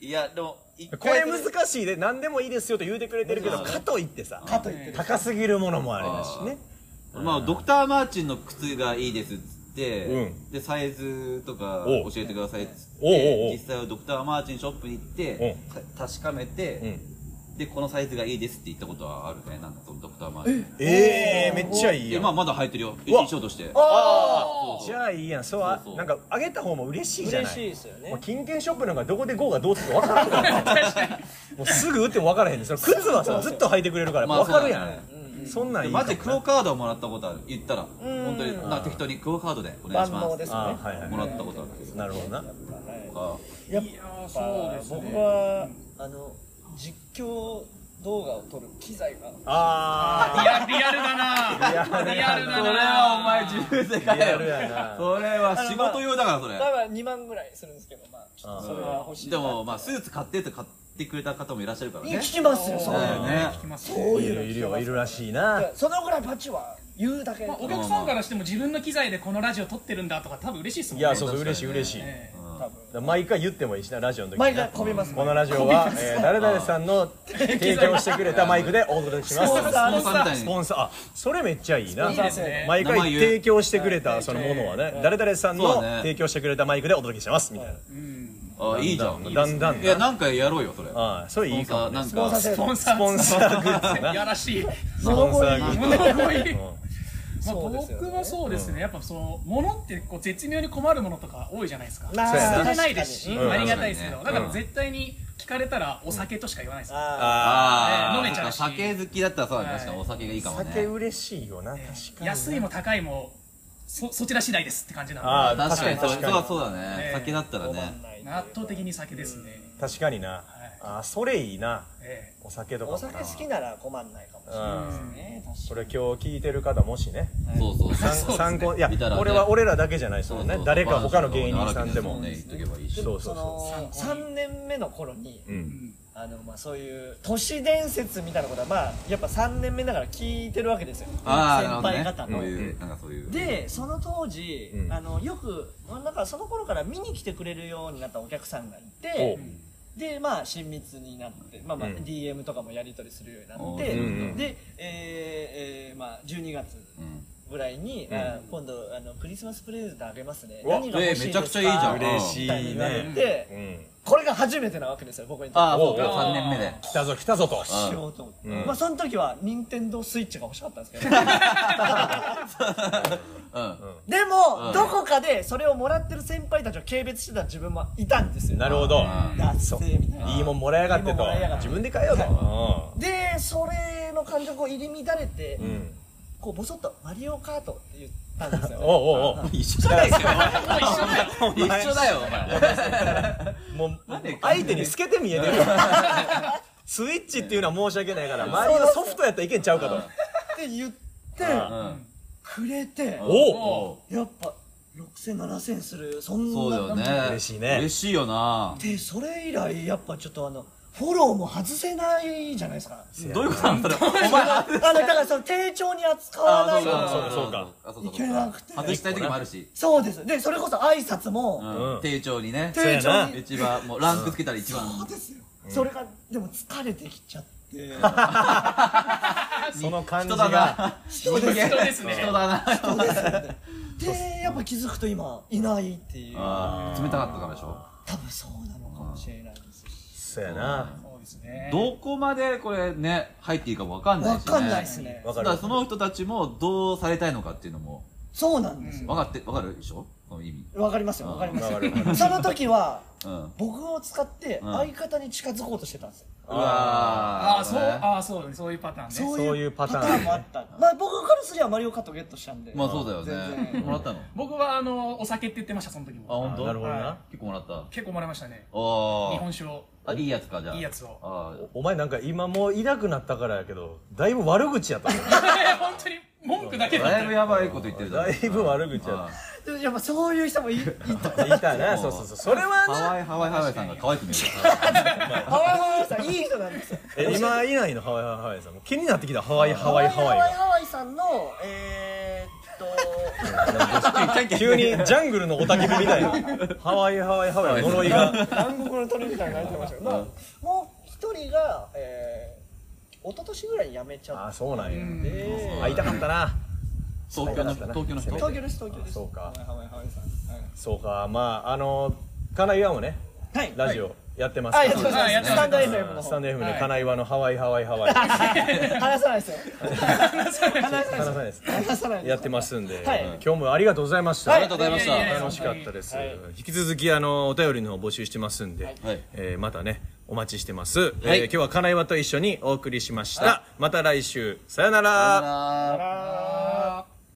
[SPEAKER 3] いやでも一
[SPEAKER 2] これ
[SPEAKER 3] 回だけ
[SPEAKER 2] 難しいで何でもいいですよと言うてくれてるけど
[SPEAKER 3] うん
[SPEAKER 2] かといってさ
[SPEAKER 1] かといって
[SPEAKER 2] 高すぎるものもあれだしね
[SPEAKER 3] まあ、ドクター・マーチンの靴がいいですっつって、
[SPEAKER 2] うん
[SPEAKER 3] でサイズとか
[SPEAKER 2] おう
[SPEAKER 3] 教えてくださいっつって
[SPEAKER 2] おうおうおう
[SPEAKER 3] 実際はドクター・マーチンショップに行ってた確かめて、でこのサイズがいいですって言ったことはあるねなんかそのドクター・マーチン
[SPEAKER 2] ええめっちゃいいや
[SPEAKER 3] 今
[SPEAKER 2] ん
[SPEAKER 3] まだ入ってるよ
[SPEAKER 2] わ
[SPEAKER 3] 衣装として
[SPEAKER 2] ああじゃあいいやんそうあ
[SPEAKER 3] そうそう
[SPEAKER 2] なんかあげた方も嬉しいじゃ
[SPEAKER 1] 嬉
[SPEAKER 2] な
[SPEAKER 1] しい
[SPEAKER 2] い
[SPEAKER 1] ですよ
[SPEAKER 2] もう
[SPEAKER 1] ね
[SPEAKER 2] 金券ショップなんかどこで GO がどうつって分からんから もうすぐ打っても分からへんねんその靴はさずっと履いてくれるから
[SPEAKER 3] まあ
[SPEAKER 2] 分かるや
[SPEAKER 3] そうだね
[SPEAKER 2] んそんなんいい
[SPEAKER 3] で
[SPEAKER 2] かも
[SPEAKER 3] マ
[SPEAKER 2] な
[SPEAKER 3] ジでクオカードをもらったことある言ったら本当になんか適当にクオカードでお願いし
[SPEAKER 1] 万
[SPEAKER 3] ま
[SPEAKER 1] 能
[SPEAKER 3] す
[SPEAKER 1] ですね
[SPEAKER 2] ああはいはい
[SPEAKER 3] もらったことあるけど
[SPEAKER 2] なるほどな
[SPEAKER 3] とか
[SPEAKER 1] やっ
[SPEAKER 4] いやーそうですね。
[SPEAKER 1] 僕はあの実況動画を撮る機材が
[SPEAKER 2] あ
[SPEAKER 4] いや、リアルだなリアルだな
[SPEAKER 3] それはお前自由世界
[SPEAKER 2] リアルやな
[SPEAKER 3] それは仕事用だからそれ
[SPEAKER 1] まあまあ2万ぐらいするんですけどまあちょっとそれは欲しい
[SPEAKER 3] でもまあスーツ買ってって買ってくれた方もいらっしゃるから
[SPEAKER 1] いや
[SPEAKER 3] ね
[SPEAKER 1] 聞きますよそ
[SPEAKER 3] だ
[SPEAKER 1] れ
[SPEAKER 3] よね
[SPEAKER 4] 聞きます
[SPEAKER 2] あ
[SPEAKER 4] ね。
[SPEAKER 2] いるいるよいるらしいな
[SPEAKER 1] そのぐらいパチは言うだけ
[SPEAKER 4] まあお客さんからしても自分の機材でこのラジオ撮ってるんだとか多分嬉しいっすもん
[SPEAKER 2] い
[SPEAKER 4] ね。
[SPEAKER 2] やそうそう嬉しい
[SPEAKER 3] 確かにね
[SPEAKER 2] 嬉しい
[SPEAKER 4] ええ
[SPEAKER 3] うん
[SPEAKER 1] 多分
[SPEAKER 2] だから毎回言ってもいいしなラジオの時に
[SPEAKER 1] 毎回こびます
[SPEAKER 2] このラジオは、えー、誰々さんの提供してくれたマイクでお届けします
[SPEAKER 1] スポンサー
[SPEAKER 3] スポンサーみたい
[SPEAKER 2] ス
[SPEAKER 3] に
[SPEAKER 2] ポンサーあそれめっちゃいいな
[SPEAKER 1] スポンサー制
[SPEAKER 2] 毎回提供してくれたそのものはね誰々さん
[SPEAKER 3] そ
[SPEAKER 2] の
[SPEAKER 3] うだね
[SPEAKER 2] 提供してくれたマイクでお届けしてますみたいな
[SPEAKER 3] あいいじゃんいいで
[SPEAKER 2] だ
[SPEAKER 3] す
[SPEAKER 2] ん
[SPEAKER 3] ね
[SPEAKER 2] だん
[SPEAKER 3] いやなんかやろうよそれ
[SPEAKER 2] ああそれいいかもね
[SPEAKER 3] ス
[SPEAKER 1] スポ
[SPEAKER 3] ポ
[SPEAKER 1] ン
[SPEAKER 3] ン
[SPEAKER 1] サ
[SPEAKER 3] サー
[SPEAKER 1] ー制度
[SPEAKER 4] スポンサー
[SPEAKER 2] スポンサーグッズな
[SPEAKER 4] やらしい
[SPEAKER 2] スポンサ ーグッズ
[SPEAKER 4] 物乞い
[SPEAKER 1] そうですよね
[SPEAKER 4] 僕はそうですねやっぱその物ってこう絶妙に困るものとか多いじゃないですか
[SPEAKER 1] まあ
[SPEAKER 2] そうやな
[SPEAKER 4] 少ないですし、
[SPEAKER 1] うん
[SPEAKER 4] ありがたいですけど、
[SPEAKER 3] うん
[SPEAKER 4] だから絶対に聞かれたらお酒としか言わないです、
[SPEAKER 1] あ
[SPEAKER 3] あ
[SPEAKER 4] ね
[SPEAKER 3] ー
[SPEAKER 4] 飲めちゃうし
[SPEAKER 3] 酒好きだったらそうだね
[SPEAKER 4] はい
[SPEAKER 3] 確かにお酒がいいかもね
[SPEAKER 2] 酒嬉しいよな確かに
[SPEAKER 4] 安いも高いもそそちら次第ですって感じな
[SPEAKER 2] あ
[SPEAKER 4] の
[SPEAKER 2] ー
[SPEAKER 4] で
[SPEAKER 3] 確かにそ
[SPEAKER 2] 確
[SPEAKER 3] う
[SPEAKER 2] かに
[SPEAKER 3] そうだそうだね
[SPEAKER 4] ね
[SPEAKER 3] 酒だった
[SPEAKER 1] あ
[SPEAKER 3] らね
[SPEAKER 4] 圧倒的に酒ですね、
[SPEAKER 2] 確かにな、ああそれいいな
[SPEAKER 4] え
[SPEAKER 2] お酒とか
[SPEAKER 1] お
[SPEAKER 2] も
[SPEAKER 1] 酒
[SPEAKER 2] な
[SPEAKER 1] 好きなら困んないかもしれないですね確かに
[SPEAKER 2] これ今日聞いてる方もしね
[SPEAKER 3] そうそう
[SPEAKER 2] 参
[SPEAKER 3] そう
[SPEAKER 2] 参考いや
[SPEAKER 3] 見たらね
[SPEAKER 2] 俺は俺らだけじゃないです
[SPEAKER 3] そう
[SPEAKER 2] も
[SPEAKER 3] そ
[SPEAKER 2] ん
[SPEAKER 3] う
[SPEAKER 2] ね
[SPEAKER 3] そう
[SPEAKER 2] 誰か他の芸人さんで
[SPEAKER 3] 荒
[SPEAKER 2] も
[SPEAKER 3] 木ね言っとけばいいし
[SPEAKER 2] そう
[SPEAKER 1] そ
[SPEAKER 2] そうそ
[SPEAKER 1] の3年目の頃に、
[SPEAKER 2] ううん
[SPEAKER 1] あのまあそういう都市伝説みたいなことはまあやっぱ3年目だから聞いてるわけですよ先
[SPEAKER 3] ああなるほど
[SPEAKER 1] 輩
[SPEAKER 3] ね
[SPEAKER 1] 方
[SPEAKER 3] そ
[SPEAKER 1] の。
[SPEAKER 3] ういうなんかそういう
[SPEAKER 1] でその当時、
[SPEAKER 2] うん
[SPEAKER 1] あのよくなんかその頃から見に来てくれるようになったお客さんがい
[SPEAKER 2] お
[SPEAKER 1] てでまあ親密になって、まあまあ、
[SPEAKER 2] うん
[SPEAKER 1] DM とかもやり取りするようになって、
[SPEAKER 3] うん
[SPEAKER 1] で、えーえーまあ、12月
[SPEAKER 3] うん
[SPEAKER 1] ぐらいに、
[SPEAKER 2] うん
[SPEAKER 1] あ今度あのクリスマスプレゼントあげますね
[SPEAKER 2] うわ
[SPEAKER 1] 何が欲しいですか
[SPEAKER 3] えーめちゃくちゃいいじゃん
[SPEAKER 2] 嬉しい
[SPEAKER 1] みたに言われて、
[SPEAKER 2] うん
[SPEAKER 1] これが初めてなわけですよ僕にとって
[SPEAKER 3] ああそう
[SPEAKER 2] おう
[SPEAKER 3] か三年目で
[SPEAKER 2] 来たぞ来たぞと
[SPEAKER 1] しようと思って、
[SPEAKER 2] うん
[SPEAKER 1] まあその時は任天堂スイッチが欲しかったんですけど
[SPEAKER 3] うん
[SPEAKER 1] でも、どこかでそれをもらってる先輩たちを軽蔑してた自分もいたんですよ
[SPEAKER 2] なるほど
[SPEAKER 3] うん
[SPEAKER 1] だっせーみたいない
[SPEAKER 2] いもんもらいやがって
[SPEAKER 1] いいも
[SPEAKER 2] と
[SPEAKER 1] んもらいやがって
[SPEAKER 2] 自分で買えよと
[SPEAKER 1] でそれの感情が入り乱れて、
[SPEAKER 2] うんうん
[SPEAKER 1] こうボソッと「マリオカート」って言ったんですよ、
[SPEAKER 2] おうおうおう
[SPEAKER 3] 一緒じゃないですよ
[SPEAKER 4] もう一
[SPEAKER 2] お
[SPEAKER 4] 緒だよ
[SPEAKER 2] 前
[SPEAKER 3] 一緒だよお前
[SPEAKER 2] もう相手に透けて見えてるスイッチっていうのは申し訳ないから周りのソフトやったらいけんちゃうかと
[SPEAKER 1] って言って
[SPEAKER 3] うん
[SPEAKER 1] くれて
[SPEAKER 2] お
[SPEAKER 3] う
[SPEAKER 1] やっぱ60007000するそんな
[SPEAKER 3] そうだよね
[SPEAKER 2] 嬉しいね
[SPEAKER 3] 嬉しいよな
[SPEAKER 1] でそれ以来やっぱちょっとあのフォローも外せないじゃないですか
[SPEAKER 3] どういうことな んだろうお前
[SPEAKER 1] あのだからその丁重に扱わない
[SPEAKER 2] あそうか
[SPEAKER 1] と
[SPEAKER 2] そうか
[SPEAKER 3] あそう
[SPEAKER 1] いけなくて
[SPEAKER 3] 外したい時もあるし
[SPEAKER 1] そうですでそれこそ挨拶
[SPEAKER 3] う
[SPEAKER 1] も
[SPEAKER 3] ん丁重にね
[SPEAKER 1] 丁重
[SPEAKER 2] そうやな
[SPEAKER 1] に
[SPEAKER 3] 一番もうランクつけたら一番
[SPEAKER 1] そうですよそれがでも疲れてきちゃって
[SPEAKER 2] その感じ
[SPEAKER 3] 人だ
[SPEAKER 2] が
[SPEAKER 3] な
[SPEAKER 1] そう
[SPEAKER 4] 人
[SPEAKER 1] ですよ
[SPEAKER 4] ですね
[SPEAKER 3] 人だな
[SPEAKER 1] そうですよねでやっぱ気づくと今いないっていう
[SPEAKER 3] あー冷たかったからでしょ
[SPEAKER 1] 多分そうなのかもしれないです
[SPEAKER 2] そうやな
[SPEAKER 4] そうですね
[SPEAKER 3] どこまでこれね入っていいかもわかんないし
[SPEAKER 1] わ
[SPEAKER 3] ね
[SPEAKER 1] かんないですね
[SPEAKER 2] わか
[SPEAKER 3] だ
[SPEAKER 2] る
[SPEAKER 3] からその人たちもどうされたいのかっていうのも
[SPEAKER 1] そうなんですよ
[SPEAKER 3] 分かって分かるでしょその意味
[SPEAKER 1] わかりますよわかりま
[SPEAKER 2] わ
[SPEAKER 1] す
[SPEAKER 2] か
[SPEAKER 1] よ
[SPEAKER 2] るわかる
[SPEAKER 1] その時は
[SPEAKER 3] うん
[SPEAKER 1] 僕を使って
[SPEAKER 3] うん
[SPEAKER 1] 相方に近づこうとしてたんですよ
[SPEAKER 3] うわ
[SPEAKER 4] ああそうああそうそういうパターンね
[SPEAKER 2] そういうパターン
[SPEAKER 1] もあったまあ僕からすりゃマリオカットゲットしたんで
[SPEAKER 3] まあそうだよ
[SPEAKER 1] 全
[SPEAKER 3] ね
[SPEAKER 1] 然
[SPEAKER 3] もらったのあ
[SPEAKER 4] 僕はあのお酒って言ってましたその時も
[SPEAKER 3] 本当
[SPEAKER 2] なるほどな
[SPEAKER 3] 結構もらったあ
[SPEAKER 4] 結構もらいましたね日
[SPEAKER 3] ー
[SPEAKER 4] 本酒を
[SPEAKER 3] あいいやつかじゃあ
[SPEAKER 4] いいやつを
[SPEAKER 3] あー
[SPEAKER 2] お前なんか今もういなくなったからやけどだいぶ悪口やったね
[SPEAKER 4] 本当に文句だけだった
[SPEAKER 3] だいぶやばいこと言ってるじゃん
[SPEAKER 2] だいぶ悪口やっ
[SPEAKER 1] でもやっぱそういう人もいいた
[SPEAKER 2] たいたな そうそうそうそれは
[SPEAKER 3] ハ
[SPEAKER 2] な
[SPEAKER 3] ワイハワイハワイさんが可愛く見え
[SPEAKER 1] ハワイハワイさんいい人なんですよ
[SPEAKER 2] え今いないのハワイハワイさんもう気になってきたハワイハワイハワイ
[SPEAKER 1] ハワイ
[SPEAKER 2] が
[SPEAKER 1] ハワイさんのえーっと
[SPEAKER 2] 急にジャングルの雄たけびみたいな ハワイハワイハワイの呪いが
[SPEAKER 1] 南国の鳥みたいになってましたよまあもう一人がえー一昨年ぐらいに辞めち
[SPEAKER 2] あ
[SPEAKER 1] ゃ
[SPEAKER 2] あ
[SPEAKER 1] っ
[SPEAKER 2] そうなんや
[SPEAKER 1] て
[SPEAKER 2] 会いたかったな
[SPEAKER 3] 東京の人東京の人
[SPEAKER 1] 東京です東京です
[SPEAKER 2] そうか
[SPEAKER 1] ハワイハワイハワイさん
[SPEAKER 2] そうかまああの金岩もね
[SPEAKER 1] はいはい
[SPEAKER 2] ラジオやってます
[SPEAKER 1] あ
[SPEAKER 2] か
[SPEAKER 1] や
[SPEAKER 2] ら
[SPEAKER 1] ってます
[SPEAKER 4] あやってます
[SPEAKER 1] スタンド FM の
[SPEAKER 2] スタン
[SPEAKER 1] 方
[SPEAKER 2] ド FM
[SPEAKER 4] は
[SPEAKER 2] で
[SPEAKER 4] い
[SPEAKER 2] 金岩のハワイハワイハワイ話
[SPEAKER 1] 話さな いですよ
[SPEAKER 2] さないです
[SPEAKER 1] 話さないです
[SPEAKER 2] やってますんで、
[SPEAKER 1] はい
[SPEAKER 2] うん今日もありがとうございました、
[SPEAKER 1] はい
[SPEAKER 3] ありがとうございました
[SPEAKER 4] いやいやいや
[SPEAKER 2] 楽しかったです、
[SPEAKER 1] はい
[SPEAKER 2] 引き続きあのお便りの方募集してますんで、
[SPEAKER 3] はい
[SPEAKER 2] えーまたねお待ちしてます、え
[SPEAKER 3] は
[SPEAKER 2] ー
[SPEAKER 3] い
[SPEAKER 2] 今日は金岩と一緒にお送りしました、また来週さよなら
[SPEAKER 3] あー
[SPEAKER 1] あー